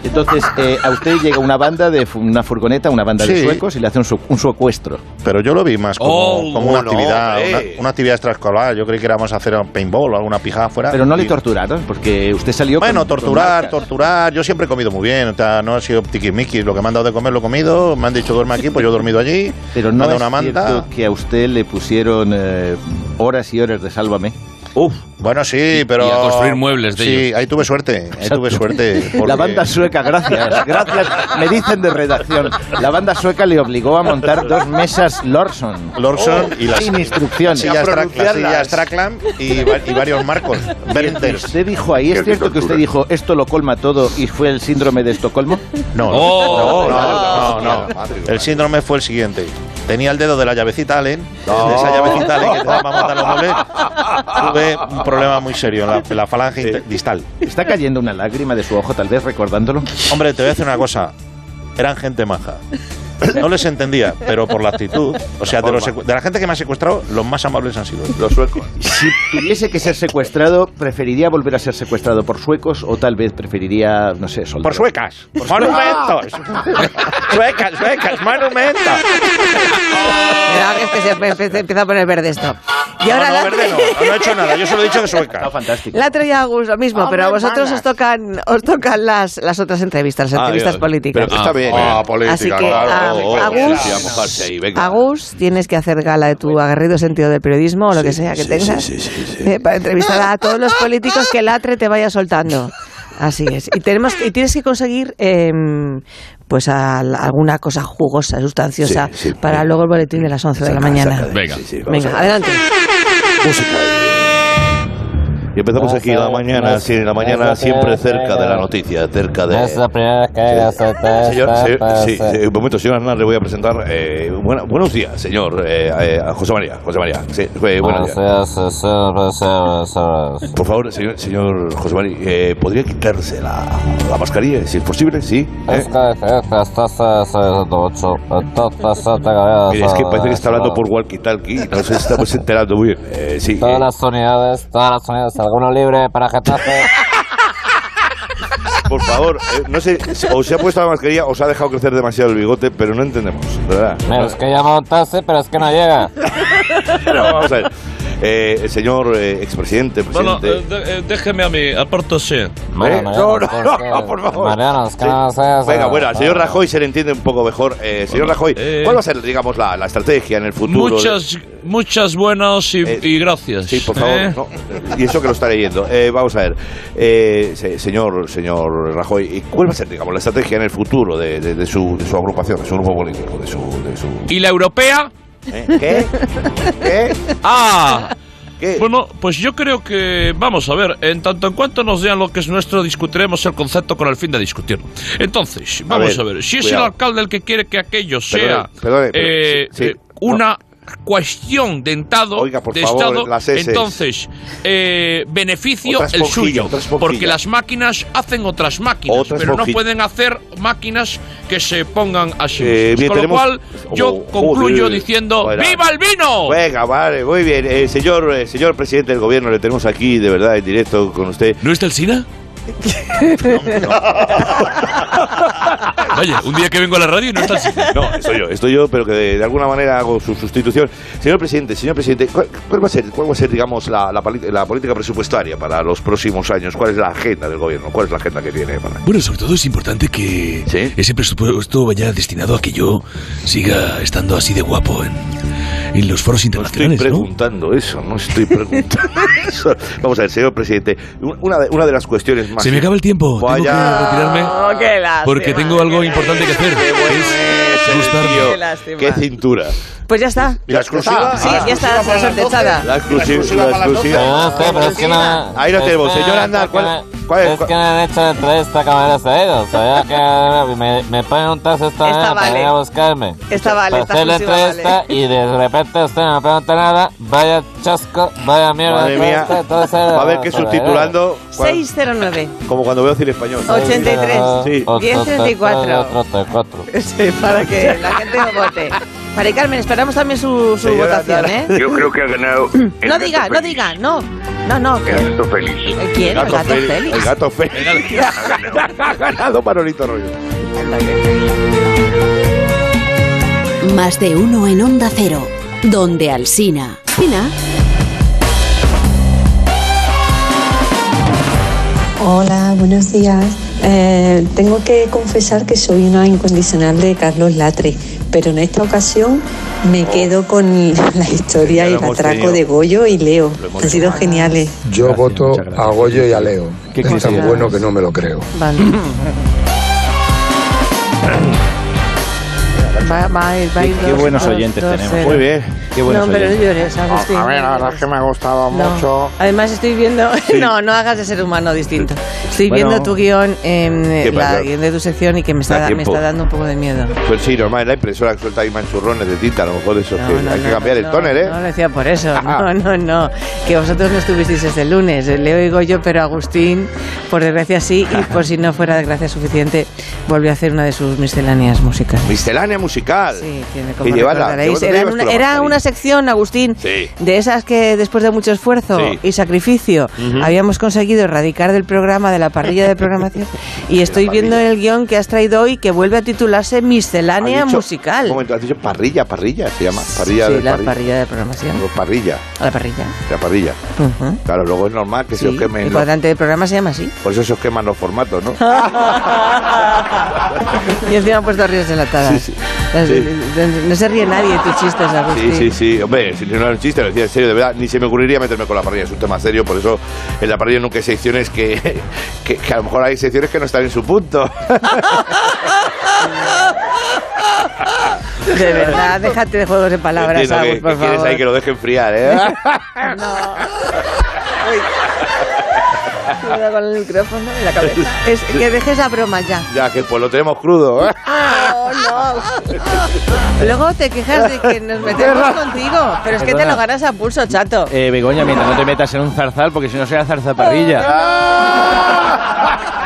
[SPEAKER 4] Entonces, eh, a usted llega una banda de fu- una furgoneta, una banda de
[SPEAKER 3] Sí.
[SPEAKER 4] suecos y le hace un, su- un secuestro.
[SPEAKER 3] Pero yo lo vi más como,
[SPEAKER 9] Oh,
[SPEAKER 3] como una
[SPEAKER 2] no,
[SPEAKER 3] actividad,
[SPEAKER 2] hombre.
[SPEAKER 3] una, una actividad extraescolar. Yo creí que éramos a hacer un paintball o alguna pijada fuera.
[SPEAKER 4] Pero no le
[SPEAKER 3] Y-
[SPEAKER 4] torturaron, porque usted salió. con-
[SPEAKER 3] Ah, Bueno,
[SPEAKER 4] con
[SPEAKER 3] torturar,
[SPEAKER 4] marcas.
[SPEAKER 3] torturar. Yo siempre he comido muy bien, o sea, no ha sido tiquismiquis. Lo que me han dado de comer lo he comido. Me han dicho duerme aquí, pues yo he dormido allí.
[SPEAKER 4] Pero
[SPEAKER 3] me
[SPEAKER 4] no
[SPEAKER 3] han dado
[SPEAKER 4] es
[SPEAKER 3] una manta.
[SPEAKER 4] cierto que a usted le pusieron eh, horas y horas de sálvame. Uf,
[SPEAKER 3] Bueno, sí, pero.
[SPEAKER 9] y a construir muebles de
[SPEAKER 3] Sí,
[SPEAKER 9] ellos.
[SPEAKER 3] ahí tuve suerte. Ahí tuve suerte.
[SPEAKER 4] La
[SPEAKER 3] porque-
[SPEAKER 4] banda sueca, gracias, gracias. Me dicen de redacción. La banda sueca le obligó a montar dos mesas Lorson.
[SPEAKER 3] Lorson y las
[SPEAKER 4] Sin instrucciones.
[SPEAKER 3] sillas Strac- las
[SPEAKER 4] Oh, pronunciarlas.
[SPEAKER 3] sillas Straclan y, va- y varios marcos. Berenders.
[SPEAKER 4] Usted dijo ahí, ¿es
[SPEAKER 2] Qué
[SPEAKER 4] cierto que
[SPEAKER 2] tortura.
[SPEAKER 4] usted dijo esto lo colma todo y fue el síndrome de Estocolmo?
[SPEAKER 3] No,
[SPEAKER 9] Oh,
[SPEAKER 3] no, no, no, no. El síndrome fue el siguiente. Tenía el dedo de la llavecita Allen, de esa llavecita Allen que te daba para montar los muebles. Tuve un problema muy serio en la, en la falange inter- distal.
[SPEAKER 4] Está cayendo una lágrima de su ojo, tal vez recordándolo.
[SPEAKER 3] Hombre, te voy a decir una cosa. Eran gente maja. No les entendía, pero por la actitud. O sea, de, los secu- de la gente que me ha secuestrado, los más amables han sido.
[SPEAKER 2] Los suecos.
[SPEAKER 4] Si tuviese que ser secuestrado, ¿preferiría volver a ser secuestrado por suecos o tal vez preferiría, no sé, soldado?
[SPEAKER 3] Por suecas. Monumentos. Suecas, suecas, monumentos.
[SPEAKER 1] Me da que es que se empe- empe- empieza a poner verde esto. Y ahora
[SPEAKER 11] no, no,
[SPEAKER 1] la-
[SPEAKER 11] verde no. No, no he hecho nada. Yo solo he dicho que sueca.
[SPEAKER 4] Está fantástico.
[SPEAKER 1] La traía Agus lo mismo, pero a vosotros os tocan, os tocan las, las otras entrevistas, las
[SPEAKER 3] Ah,
[SPEAKER 1] entrevistas
[SPEAKER 3] Dios.
[SPEAKER 1] políticas.
[SPEAKER 3] Pero está
[SPEAKER 9] Ah,
[SPEAKER 3] bien.
[SPEAKER 11] Ah, política,
[SPEAKER 1] Así que,
[SPEAKER 11] claro.
[SPEAKER 1] ah,
[SPEAKER 11] Oh, oh,
[SPEAKER 1] Agus-
[SPEAKER 11] claro.
[SPEAKER 4] Sí, a mojarse ahí, venga.
[SPEAKER 1] Agus, tienes que hacer gala de tu aguerrido sentido del periodismo o lo que sea que tengas eh, para entrevistar a todos los políticos que el atre te vaya soltando. Así es. Y tenemos y tienes que conseguir eh, pues al- alguna cosa jugosa, sustanciosa
[SPEAKER 3] Sí, sí,
[SPEAKER 1] para
[SPEAKER 3] venga.
[SPEAKER 1] luego el boletín de las 11 de la mañana.
[SPEAKER 9] Venga.
[SPEAKER 1] Venga, adelante.
[SPEAKER 3] Música. Y empezamos pues, aquí en la mañana, así en la mañana siempre cerca de la noticia, cerca de... Señor, se- sí, sí, un momento, señor Hernán, le voy a presentar. eh, buena- buenos días, señor eh, eh, a José María. José María, sí, eh, buenos días. Por favor, señor, señor José María, eh, ¿podría quitarse la, la mascarilla, si es posible? Sí. ¿eh? Mire, es que parece que está hablando por walkie-talkie, no sé si estamos enterando muy bien. Eh, sí, eh,
[SPEAKER 12] Todas las unidades, todas las unidades, alguno libre para Getafe.
[SPEAKER 3] por favor, eh, no sé, o se ha puesto la mascarilla o se ha dejado crecer demasiado el bigote, pero no entendemos, de ¿verdad?
[SPEAKER 12] Mira, es que llamo a un taxi, pero es que no llega.
[SPEAKER 3] Pero vamos a ver. Eh, el señor eh, expresidente,
[SPEAKER 9] Bueno,
[SPEAKER 3] presidente...
[SPEAKER 9] eh, de- eh, déjeme a mí, apártese.
[SPEAKER 3] ¿Eh?
[SPEAKER 12] Mariano,
[SPEAKER 3] No, no,
[SPEAKER 12] es que-
[SPEAKER 3] no, por favor.
[SPEAKER 12] Mariano, es que
[SPEAKER 3] Sí.
[SPEAKER 12] no sé,
[SPEAKER 3] Venga, bueno, al señor
[SPEAKER 12] no.
[SPEAKER 3] Rajoy se le entiende un poco mejor. Eh, señor Rajoy,
[SPEAKER 9] eh,
[SPEAKER 3] ¿cuál va a ser, digamos, la, la estrategia en el futuro?
[SPEAKER 9] Muchas, muchas buenas y,
[SPEAKER 3] Eh,
[SPEAKER 9] y gracias.
[SPEAKER 3] Sí, por favor.
[SPEAKER 9] ¿eh?
[SPEAKER 3] no, y eso que lo está leyendo. Eh, vamos a ver, eh, se- señor, señor Rajoy, ¿y ¿cuál va a ser, digamos, la estrategia en el futuro de, de- de su, de su agrupación, de su grupo político, de su... de su-
[SPEAKER 9] ¿Y la europea?
[SPEAKER 3] ¿Eh? ¿Qué? ¿Qué?
[SPEAKER 9] Ah,
[SPEAKER 3] ¿Qué?
[SPEAKER 9] Bueno, pues yo creo que, vamos a ver, en tanto en cuanto nos digan lo que es nuestro, discutiremos el concepto con el fin de discutirlo. Entonces, vamos a
[SPEAKER 3] ver,
[SPEAKER 9] ver, si es
[SPEAKER 3] cuidado.
[SPEAKER 9] el alcalde el que quiere que aquello sea
[SPEAKER 3] Perdone, perdone, pero
[SPEAKER 9] eh,
[SPEAKER 3] sí, sí,
[SPEAKER 9] eh,
[SPEAKER 3] no.
[SPEAKER 9] una cuestión de entado,
[SPEAKER 3] Oiga, por
[SPEAKER 9] de
[SPEAKER 3] favor,
[SPEAKER 9] Estado,
[SPEAKER 3] las eses.
[SPEAKER 9] entonces, eh, beneficio
[SPEAKER 3] Otra
[SPEAKER 9] el
[SPEAKER 3] esponjilla,
[SPEAKER 9] suyo,
[SPEAKER 3] otra esponjilla.
[SPEAKER 9] porque las máquinas hacen otras máquinas,
[SPEAKER 3] Otra
[SPEAKER 9] pero no
[SPEAKER 3] esponjilla.
[SPEAKER 9] pueden hacer máquinas que se pongan así.
[SPEAKER 3] Eh, bien,
[SPEAKER 9] con lo
[SPEAKER 3] tenemos-
[SPEAKER 9] cual, yo
[SPEAKER 3] Oh,
[SPEAKER 9] concluyo
[SPEAKER 3] joder.
[SPEAKER 9] diciendo,
[SPEAKER 3] Fuera.
[SPEAKER 9] ¡Viva el vino!
[SPEAKER 3] Venga, vale, muy bien. Eh, señor, eh, señor presidente del gobierno, le tenemos aquí, de verdad, en directo con usted.
[SPEAKER 9] ¿No está el SINA? Vaya, un día que vengo a la radio y no está el SINA.
[SPEAKER 3] No, estoy yo, estoy yo, pero que de, de alguna manera hago su sustitución. Señor presidente, señor presidente, ¿cuál, cuál va a ser, cuál va a ser, digamos, la, la, pali- la política presupuestaria para los próximos años? ¿Cuál es la agenda del gobierno? ¿Cuál es la agenda que tiene? Para...
[SPEAKER 2] Bueno, sobre todo es importante que
[SPEAKER 3] ¿Sí?
[SPEAKER 2] ese presupuesto vaya destinado a que yo siga estando así de guapo en, en los foros
[SPEAKER 3] No estoy
[SPEAKER 2] internacionales, ¿no?
[SPEAKER 3] preguntando eso, no estoy preguntando eso. Vamos a ver, señor presidente, un- una de, una de las cuestiones más...
[SPEAKER 2] Se me acaba el tiempo, tengo que
[SPEAKER 3] Vaya.
[SPEAKER 2] retirarme
[SPEAKER 1] Oh, qué lástima,
[SPEAKER 2] porque tengo algo importante que hacer,
[SPEAKER 3] Qué bueno
[SPEAKER 2] que
[SPEAKER 3] es
[SPEAKER 2] es
[SPEAKER 3] el tío.
[SPEAKER 2] gustarme.
[SPEAKER 1] Qué lástima.
[SPEAKER 3] ¡Qué cintura!
[SPEAKER 1] Pues ya está.
[SPEAKER 3] ¿La exclusiva?
[SPEAKER 1] Sí, ya está, se ha sortechada.
[SPEAKER 3] La exclusiva, la exclusiva.
[SPEAKER 12] Pero es que, pero es que no-
[SPEAKER 3] Ahí
[SPEAKER 2] Oh,
[SPEAKER 3] lo
[SPEAKER 12] es
[SPEAKER 3] tenemos,
[SPEAKER 12] que-
[SPEAKER 3] señor, anda,
[SPEAKER 12] es que
[SPEAKER 3] ¿cuál-
[SPEAKER 12] no-
[SPEAKER 3] cuál-
[SPEAKER 12] es
[SPEAKER 3] cuál-
[SPEAKER 12] que no han hecho la entrevista como era sabido. Sabía que me, me ponen un taxi esta
[SPEAKER 1] Esta
[SPEAKER 12] mañana
[SPEAKER 1] vale.
[SPEAKER 12] para ir a buscarme.
[SPEAKER 1] Esta vale,
[SPEAKER 12] Para
[SPEAKER 1] esta
[SPEAKER 12] hacer la
[SPEAKER 1] exclusiva
[SPEAKER 12] entrevista
[SPEAKER 1] vale.
[SPEAKER 12] y de repente usted no me pregunta nada. Vaya chasco, vaya mierda.
[SPEAKER 3] Madre mía,
[SPEAKER 12] entrevista, todo eso era-
[SPEAKER 3] va a ver
[SPEAKER 2] oh,
[SPEAKER 3] que
[SPEAKER 12] era-
[SPEAKER 3] subtitulando, cual-
[SPEAKER 1] 609.
[SPEAKER 3] como cuando veo cine español.
[SPEAKER 12] era-
[SPEAKER 1] 83.
[SPEAKER 3] Sí.
[SPEAKER 1] 1034.
[SPEAKER 12] 1034.
[SPEAKER 1] Sí, para que la gente no vote. Mari Carmen, esperamos también su, su
[SPEAKER 3] Señora
[SPEAKER 1] votación,
[SPEAKER 3] Tara.
[SPEAKER 1] ¿eh?
[SPEAKER 6] Yo creo que ha ganado.
[SPEAKER 1] No
[SPEAKER 6] el gato
[SPEAKER 1] diga, no
[SPEAKER 6] feliz.
[SPEAKER 1] diga, no. No, no.
[SPEAKER 6] El
[SPEAKER 1] que-
[SPEAKER 6] gato feliz.
[SPEAKER 1] ¿Quién? El gato
[SPEAKER 3] Félix, El
[SPEAKER 1] Félix.
[SPEAKER 3] gato Félix. Ha ganado Manolito Rollo.
[SPEAKER 13] Más de uno en Onda Cero, donde Alsina. Alsina.
[SPEAKER 5] Hola, buenos días. Eh, tengo que confesar que soy una incondicional de Carlos Latre, pero en esta ocasión me quedo con la historia
[SPEAKER 3] Oh. Ya
[SPEAKER 5] y
[SPEAKER 3] lo
[SPEAKER 5] el
[SPEAKER 3] hemos
[SPEAKER 5] atraco
[SPEAKER 3] tenido.
[SPEAKER 5] de Goyo y Leo.
[SPEAKER 3] Lo hemos
[SPEAKER 5] Han sido geniales.
[SPEAKER 14] Yo voto a Goyo y a Leo.
[SPEAKER 4] Qué
[SPEAKER 14] es tan
[SPEAKER 4] casualidad.
[SPEAKER 14] bueno que no me lo creo.
[SPEAKER 1] Vale. Va, va a ir, va a ir
[SPEAKER 4] Qué- qué
[SPEAKER 1] dos,
[SPEAKER 4] buenos
[SPEAKER 1] dos,
[SPEAKER 4] oyentes
[SPEAKER 1] dos,
[SPEAKER 4] tenemos.
[SPEAKER 1] cero.
[SPEAKER 3] Muy bien.
[SPEAKER 4] Qué buenos
[SPEAKER 1] no, pero no
[SPEAKER 4] oyentes.
[SPEAKER 1] llores, ¿sabes? que-
[SPEAKER 14] A ver, la verdad es que me ha gustado
[SPEAKER 1] No.
[SPEAKER 14] mucho.
[SPEAKER 1] Además estoy viendo... No, no hagas de ser humano distinto. Estoy
[SPEAKER 4] Bueno.
[SPEAKER 1] viendo tu guión, eh,
[SPEAKER 3] ¿Qué
[SPEAKER 1] la
[SPEAKER 3] pasa?
[SPEAKER 1] guión de tu sección y que me
[SPEAKER 3] Da
[SPEAKER 1] está, me
[SPEAKER 3] tiempo.
[SPEAKER 1] está dando un poco de miedo.
[SPEAKER 3] Pues sí, normal, la impresora que suelta ahí manchurrones de tinta, a lo mejor eso. que hay que cambiar el
[SPEAKER 1] no,
[SPEAKER 3] tóner, ¿eh?
[SPEAKER 1] No lo decía por eso, no, no, no. Que vosotros no estuvisteis este lunes, le oigo yo, pero Agustín, por desgracia sí, y por si no fuera desgracia suficiente, volvió a hacer una de sus misceláneas músicas.
[SPEAKER 3] Miscelánea musical.
[SPEAKER 1] Sí, tiene
[SPEAKER 3] Y
[SPEAKER 1] como
[SPEAKER 3] llevarla,
[SPEAKER 1] recordaréis.
[SPEAKER 3] ¿de
[SPEAKER 1] Era,
[SPEAKER 3] cuánto llevas tú
[SPEAKER 1] una,
[SPEAKER 3] la
[SPEAKER 1] era
[SPEAKER 3] mascarilla?
[SPEAKER 1] una sección, Agustín,
[SPEAKER 3] Sí.
[SPEAKER 1] de esas que después de mucho esfuerzo
[SPEAKER 3] Sí.
[SPEAKER 1] y sacrificio habíamos conseguido erradicar del programa de la la parrilla de programación. Y estoy viendo el guión que has traído hoy que vuelve a titularse Miscelánea
[SPEAKER 3] Has dicho-
[SPEAKER 1] Musical.
[SPEAKER 3] Un momento, has dicho parrilla, parrilla, se llama. Parrilla
[SPEAKER 1] Sí,
[SPEAKER 3] de
[SPEAKER 1] la parrilla de programación.
[SPEAKER 3] O Parrilla.
[SPEAKER 1] La parrilla.
[SPEAKER 3] La parrilla. Claro, luego es normal que se os
[SPEAKER 1] Sí,
[SPEAKER 3] quemen.
[SPEAKER 1] el
[SPEAKER 3] los-
[SPEAKER 1] cuadrante de programa se llama así.
[SPEAKER 3] Por eso se os queman los formatos, ¿no?
[SPEAKER 1] Y encima han puesto ríos delatadas.
[SPEAKER 3] Sí, sí.
[SPEAKER 1] Las-
[SPEAKER 3] Sí.
[SPEAKER 1] de- No se ríe nadie de tus chistes, Agustín.
[SPEAKER 3] Sí, sí, sí. Hombre, si no era un chiste, lo decía en serio, de verdad. Ni se me ocurriría meterme con la parrilla. Es un tema serio, por eso en la parrilla nunca hay secciones que, que, que a lo mejor hay secciones que no están en su punto.
[SPEAKER 1] De verdad, déjate de juegos de palabras,
[SPEAKER 3] Entiendo
[SPEAKER 1] Agus,
[SPEAKER 3] que,
[SPEAKER 1] por
[SPEAKER 3] que quieres
[SPEAKER 1] favor.
[SPEAKER 3] ahí que lo deje enfriar, ¿eh?
[SPEAKER 1] Cuidado con el micrófono en la cabeza. Es que dejes la broma ya. Oh,
[SPEAKER 3] ya que pues lo tenemos crudo, ¿eh?
[SPEAKER 1] Luego te quejas de que nos metemos contigo, pero es que te
[SPEAKER 4] Perdona.
[SPEAKER 1] lo ganas a pulso, chato.
[SPEAKER 4] Eh, Begoña, mientras no te metas en un zarzal, porque si no será
[SPEAKER 3] Ah,
[SPEAKER 4] zarzaparrilla.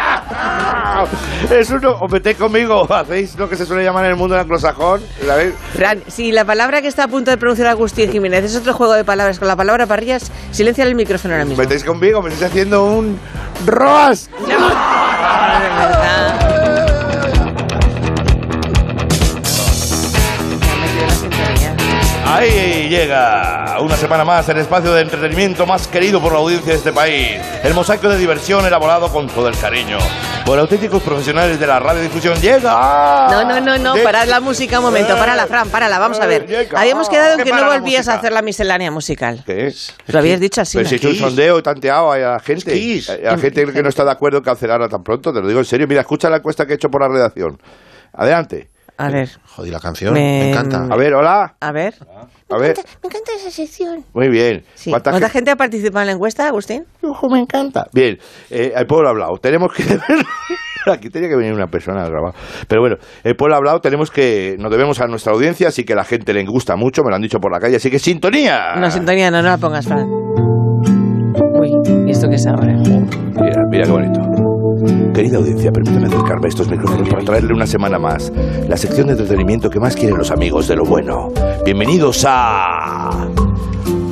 [SPEAKER 3] Es uno, os metéis conmigo, hacéis lo que se suele llamar en el mundo anglosajón, ¿sabéis?
[SPEAKER 1] Fran, si la palabra que está a punto de pronunciar Agustín Jiménez es otro juego de palabras con la palabra parrillas, silencia el micrófono ahora mismo.
[SPEAKER 3] Metéis conmigo, me estáis haciendo un ROAS. Ahí llega una semana más el espacio de entretenimiento más querido por la audiencia de este país. El mosaico de diversión elaborado con todo el cariño. Por auténticos profesionales de la radiodifusión llega.
[SPEAKER 1] No, no, no, no,
[SPEAKER 3] Ah, De- Eh,
[SPEAKER 1] para la música un momento, para la Fran, para la, vamos a ver.
[SPEAKER 3] oh,
[SPEAKER 1] Habíamos quedado en que no volvías a hacer la miscelánea musical.
[SPEAKER 3] ¿Qué es?
[SPEAKER 1] Lo habías dicho así,
[SPEAKER 3] Pero
[SPEAKER 1] ¿no?
[SPEAKER 3] si he hecho un
[SPEAKER 1] Skis.
[SPEAKER 3] sondeo, he tanteado a la gente. A la gente que no está de acuerdo en cancelarla tan pronto, te lo digo en serio. Mira, escucha la encuesta que he hecho por la redacción. Adelante.
[SPEAKER 1] A ver.
[SPEAKER 3] Jodí la canción,
[SPEAKER 1] Me- me encanta.
[SPEAKER 3] A ver, hola.
[SPEAKER 1] A ver.
[SPEAKER 3] A ver,
[SPEAKER 1] Me encanta esa sección.
[SPEAKER 3] muy bien.
[SPEAKER 1] Sí.
[SPEAKER 3] ¿Cuánta
[SPEAKER 1] ¿Cuánta,
[SPEAKER 3] gente?
[SPEAKER 1] gente ha participado en la encuesta, Agustín?
[SPEAKER 3] Ojo, me encanta. Bien, eh, el pueblo ha hablado. Tenemos que. Aquí tenía que venir una persona a grabar. Pero bueno, el pueblo ha hablado. Tenemos que. Nos debemos a nuestra audiencia, así que la gente le gusta mucho. Me lo han dicho por la calle, así que sintonía.
[SPEAKER 1] No, sintonía, no, no la pongas, Fran. Uy, ¿y esto qué es ahora?
[SPEAKER 3] Mira, mira qué bonito. Querida audiencia, permítame acercarme a estos micrófonos para traerle una semana más la sección de entretenimiento que más quieren los amigos de lo bueno. Bienvenidos a.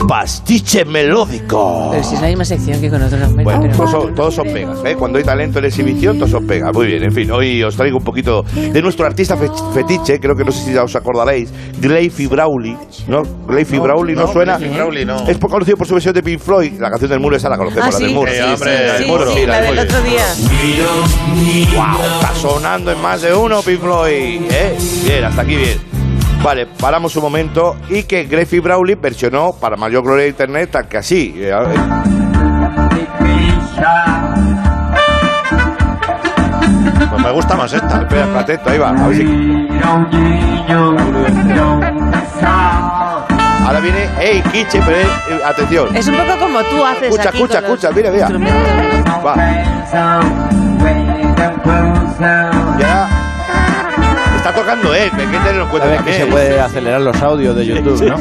[SPEAKER 3] Pastiche Melódico.
[SPEAKER 1] Pero si es la misma sección que con otros momentos.
[SPEAKER 3] Bueno, pues
[SPEAKER 1] pero-
[SPEAKER 3] todos son, todos son pegas, ¿eh? Cuando hay talento en exhibición, todos son pegas. Muy bien, en fin, hoy os traigo un poquito de nuestro artista fe- fetiche, creo que no sé si os acordaréis, Gleify Brawley. ¿No? Gleify
[SPEAKER 5] No,
[SPEAKER 3] Brawley no,
[SPEAKER 5] no,
[SPEAKER 3] suena.
[SPEAKER 5] Gleify Brawley no.
[SPEAKER 3] Es poco conocido por su versión de Pink Floyd, la canción del muro, esa la conocemos,
[SPEAKER 5] Ah,
[SPEAKER 3] la del
[SPEAKER 5] sí,
[SPEAKER 3] muro.
[SPEAKER 5] sí, Eh, hombre, sí, la del sí, muro. sí, la del otro día.
[SPEAKER 3] Wow, está sonando en más de uno Pink Floyd, ¿eh? Bien, hasta aquí bien. Vale, paramos un momento y que Gleify Brawley versionó para mayor gloria de internet tal que así. eh, a ver. Pues me gusta más esta. Espera, espérate, esto, ahí va. A ver si- Ahora viene, hey, Kiche, pero es- eh, atención.
[SPEAKER 1] Es un poco como tú haces
[SPEAKER 3] Escucha,
[SPEAKER 1] aquí
[SPEAKER 3] escucha,
[SPEAKER 1] con los
[SPEAKER 3] escucha, mira, mira.
[SPEAKER 1] instrumentos.
[SPEAKER 3] Y ahora está tocando él, que hay que tenerlo en cuenta
[SPEAKER 4] Sabes que
[SPEAKER 3] también.
[SPEAKER 4] se puede acelerar los audios de YouTube, ¿no?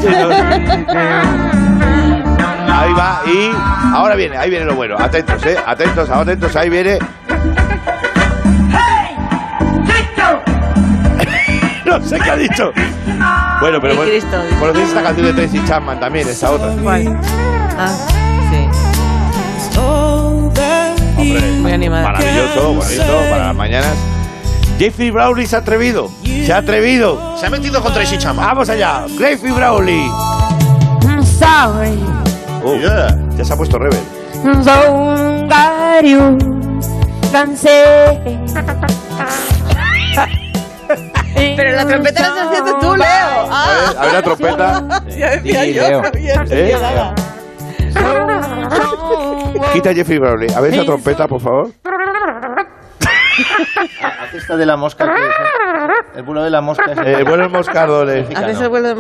[SPEAKER 3] Ahí va, y ahora viene, ahí viene lo bueno. Atentos, eh, atentos, atentos, ahí viene. no sé qué ha dicho. Bueno, pero bueno, conocéis esta canción de Tracy Chapman también, esta otra.
[SPEAKER 1] Ah,
[SPEAKER 3] Hombre,
[SPEAKER 1] Muy animada.
[SPEAKER 3] Maravilloso, bonito, para las mañanas. Jeffrey Brawley se ha atrevido, se ha atrevido. Se ha metido con Tracy Chapman. Vamos allá, Jeffrey Brawley.
[SPEAKER 15] I'm sorry,
[SPEAKER 3] Oh, Ya se ha puesto rebel.
[SPEAKER 15] Zongario, francés.
[SPEAKER 1] Pero la trompeta la estás haciendo tú, Leo. Ah.
[SPEAKER 3] A ver la trompeta.
[SPEAKER 1] Ya decía
[SPEAKER 3] Sí,
[SPEAKER 1] yo,
[SPEAKER 3] Leo.
[SPEAKER 1] pero ya no
[SPEAKER 3] ¿Eh?
[SPEAKER 1] decía nada.
[SPEAKER 3] Quita a Jeffrey Brawley. A ver esa trompeta, por favor.
[SPEAKER 5] Esta de la mosca. ¿eh? El vuelo de la mosca.
[SPEAKER 3] Eh, bueno, el moscardole.
[SPEAKER 1] Haces el vuelo de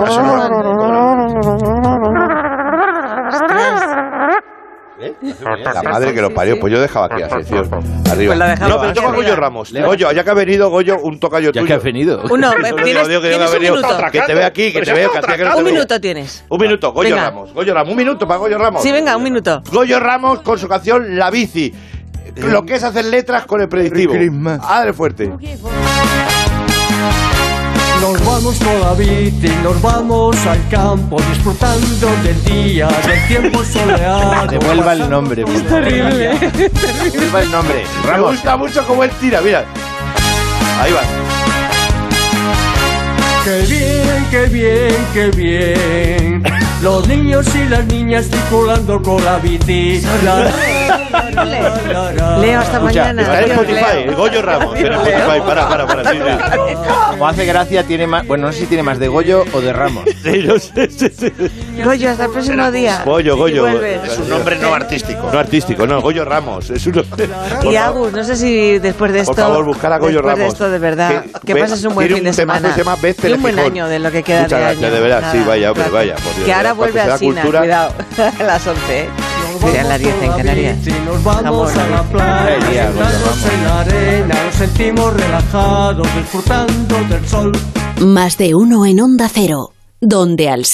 [SPEAKER 3] La madre que lo parió, pues yo dejaba aquí la sección. Arriba.
[SPEAKER 1] Pues la dejamos.
[SPEAKER 3] no, pero tengo a Goyo Ramos. Goyo, ya que ha venido, Goyo, un tocayo tuyo. Ya que has venido.
[SPEAKER 1] Uno, eh, tienes- tienes un minuto.
[SPEAKER 3] Que te veo aquí, que
[SPEAKER 1] Pero
[SPEAKER 3] te
[SPEAKER 1] ya
[SPEAKER 3] veo.
[SPEAKER 1] está
[SPEAKER 3] que hacía que no te
[SPEAKER 1] Un
[SPEAKER 3] veía.
[SPEAKER 1] minuto tienes.
[SPEAKER 3] Un minuto, Goyo
[SPEAKER 1] Venga.
[SPEAKER 3] Ramos. Goyo Ramos, un minuto para Goyo Ramos.
[SPEAKER 1] Sí, venga, un minuto.
[SPEAKER 3] Goyo Ramos con su canción La Bici. Lo que es hacer letras con el predictivo. Adre fuerte.
[SPEAKER 9] Nos vamos todavía y nos vamos al campo disfrutando del día, del tiempo soleado.
[SPEAKER 4] Devuelva el nombre. por favor. Devuelva el nombre.
[SPEAKER 3] Me gusta mucho cómo él tira, mira. Ahí va.
[SPEAKER 9] Qué bien, qué bien, qué bien. Los niños y las niñas circulando con la bici.
[SPEAKER 1] Leo, hasta mañana.
[SPEAKER 3] Está en
[SPEAKER 1] Adiós,
[SPEAKER 3] Spotify,
[SPEAKER 1] Leo.
[SPEAKER 3] Goyo Ramos. Está en Spotify, para, para, para. sí, sí.
[SPEAKER 4] Como hace gracia, tiene más. Bueno, no sé si tiene más de Goyo o de Ramos.
[SPEAKER 3] Sí, yo sé, sí, sí.
[SPEAKER 1] Goyo, hasta el próximo día.
[SPEAKER 3] Goyo,
[SPEAKER 1] Y
[SPEAKER 3] Goyo.
[SPEAKER 1] vuelves.
[SPEAKER 3] un nombre no artístico. No artístico, no, Goyo Ramos. Es un nombre.
[SPEAKER 1] Y Agus, no sé si después de
[SPEAKER 3] Por
[SPEAKER 1] esto.
[SPEAKER 3] favor, buscar a Goyo
[SPEAKER 1] después de
[SPEAKER 3] Ramos.
[SPEAKER 1] esto, de verdad.
[SPEAKER 3] Que-
[SPEAKER 1] Que
[SPEAKER 3] ve-
[SPEAKER 1] pases un buen
[SPEAKER 3] tiene
[SPEAKER 1] fin
[SPEAKER 3] un
[SPEAKER 1] de
[SPEAKER 3] temazo,
[SPEAKER 1] semana.
[SPEAKER 3] se llama Vete
[SPEAKER 1] Y un buen
[SPEAKER 3] Lejijón.
[SPEAKER 1] año de lo que queda
[SPEAKER 3] Muchas
[SPEAKER 1] de
[SPEAKER 3] gracias,
[SPEAKER 1] año.
[SPEAKER 3] de verdad, sí, vaya, hombre,
[SPEAKER 1] gracias.
[SPEAKER 3] vaya, por Dios,
[SPEAKER 1] que ahora
[SPEAKER 3] ya, para que
[SPEAKER 1] vuelve
[SPEAKER 3] se da
[SPEAKER 1] a Sina,
[SPEAKER 3] cultura.
[SPEAKER 1] cuidado. a las 11. Serían las 10 en Canarias.
[SPEAKER 9] Nos vamos a la playa, sentados en la arena, nos sentimos relajados, disfrutando del sol.
[SPEAKER 16] Más de uno en Onda Cero, donde Alsina.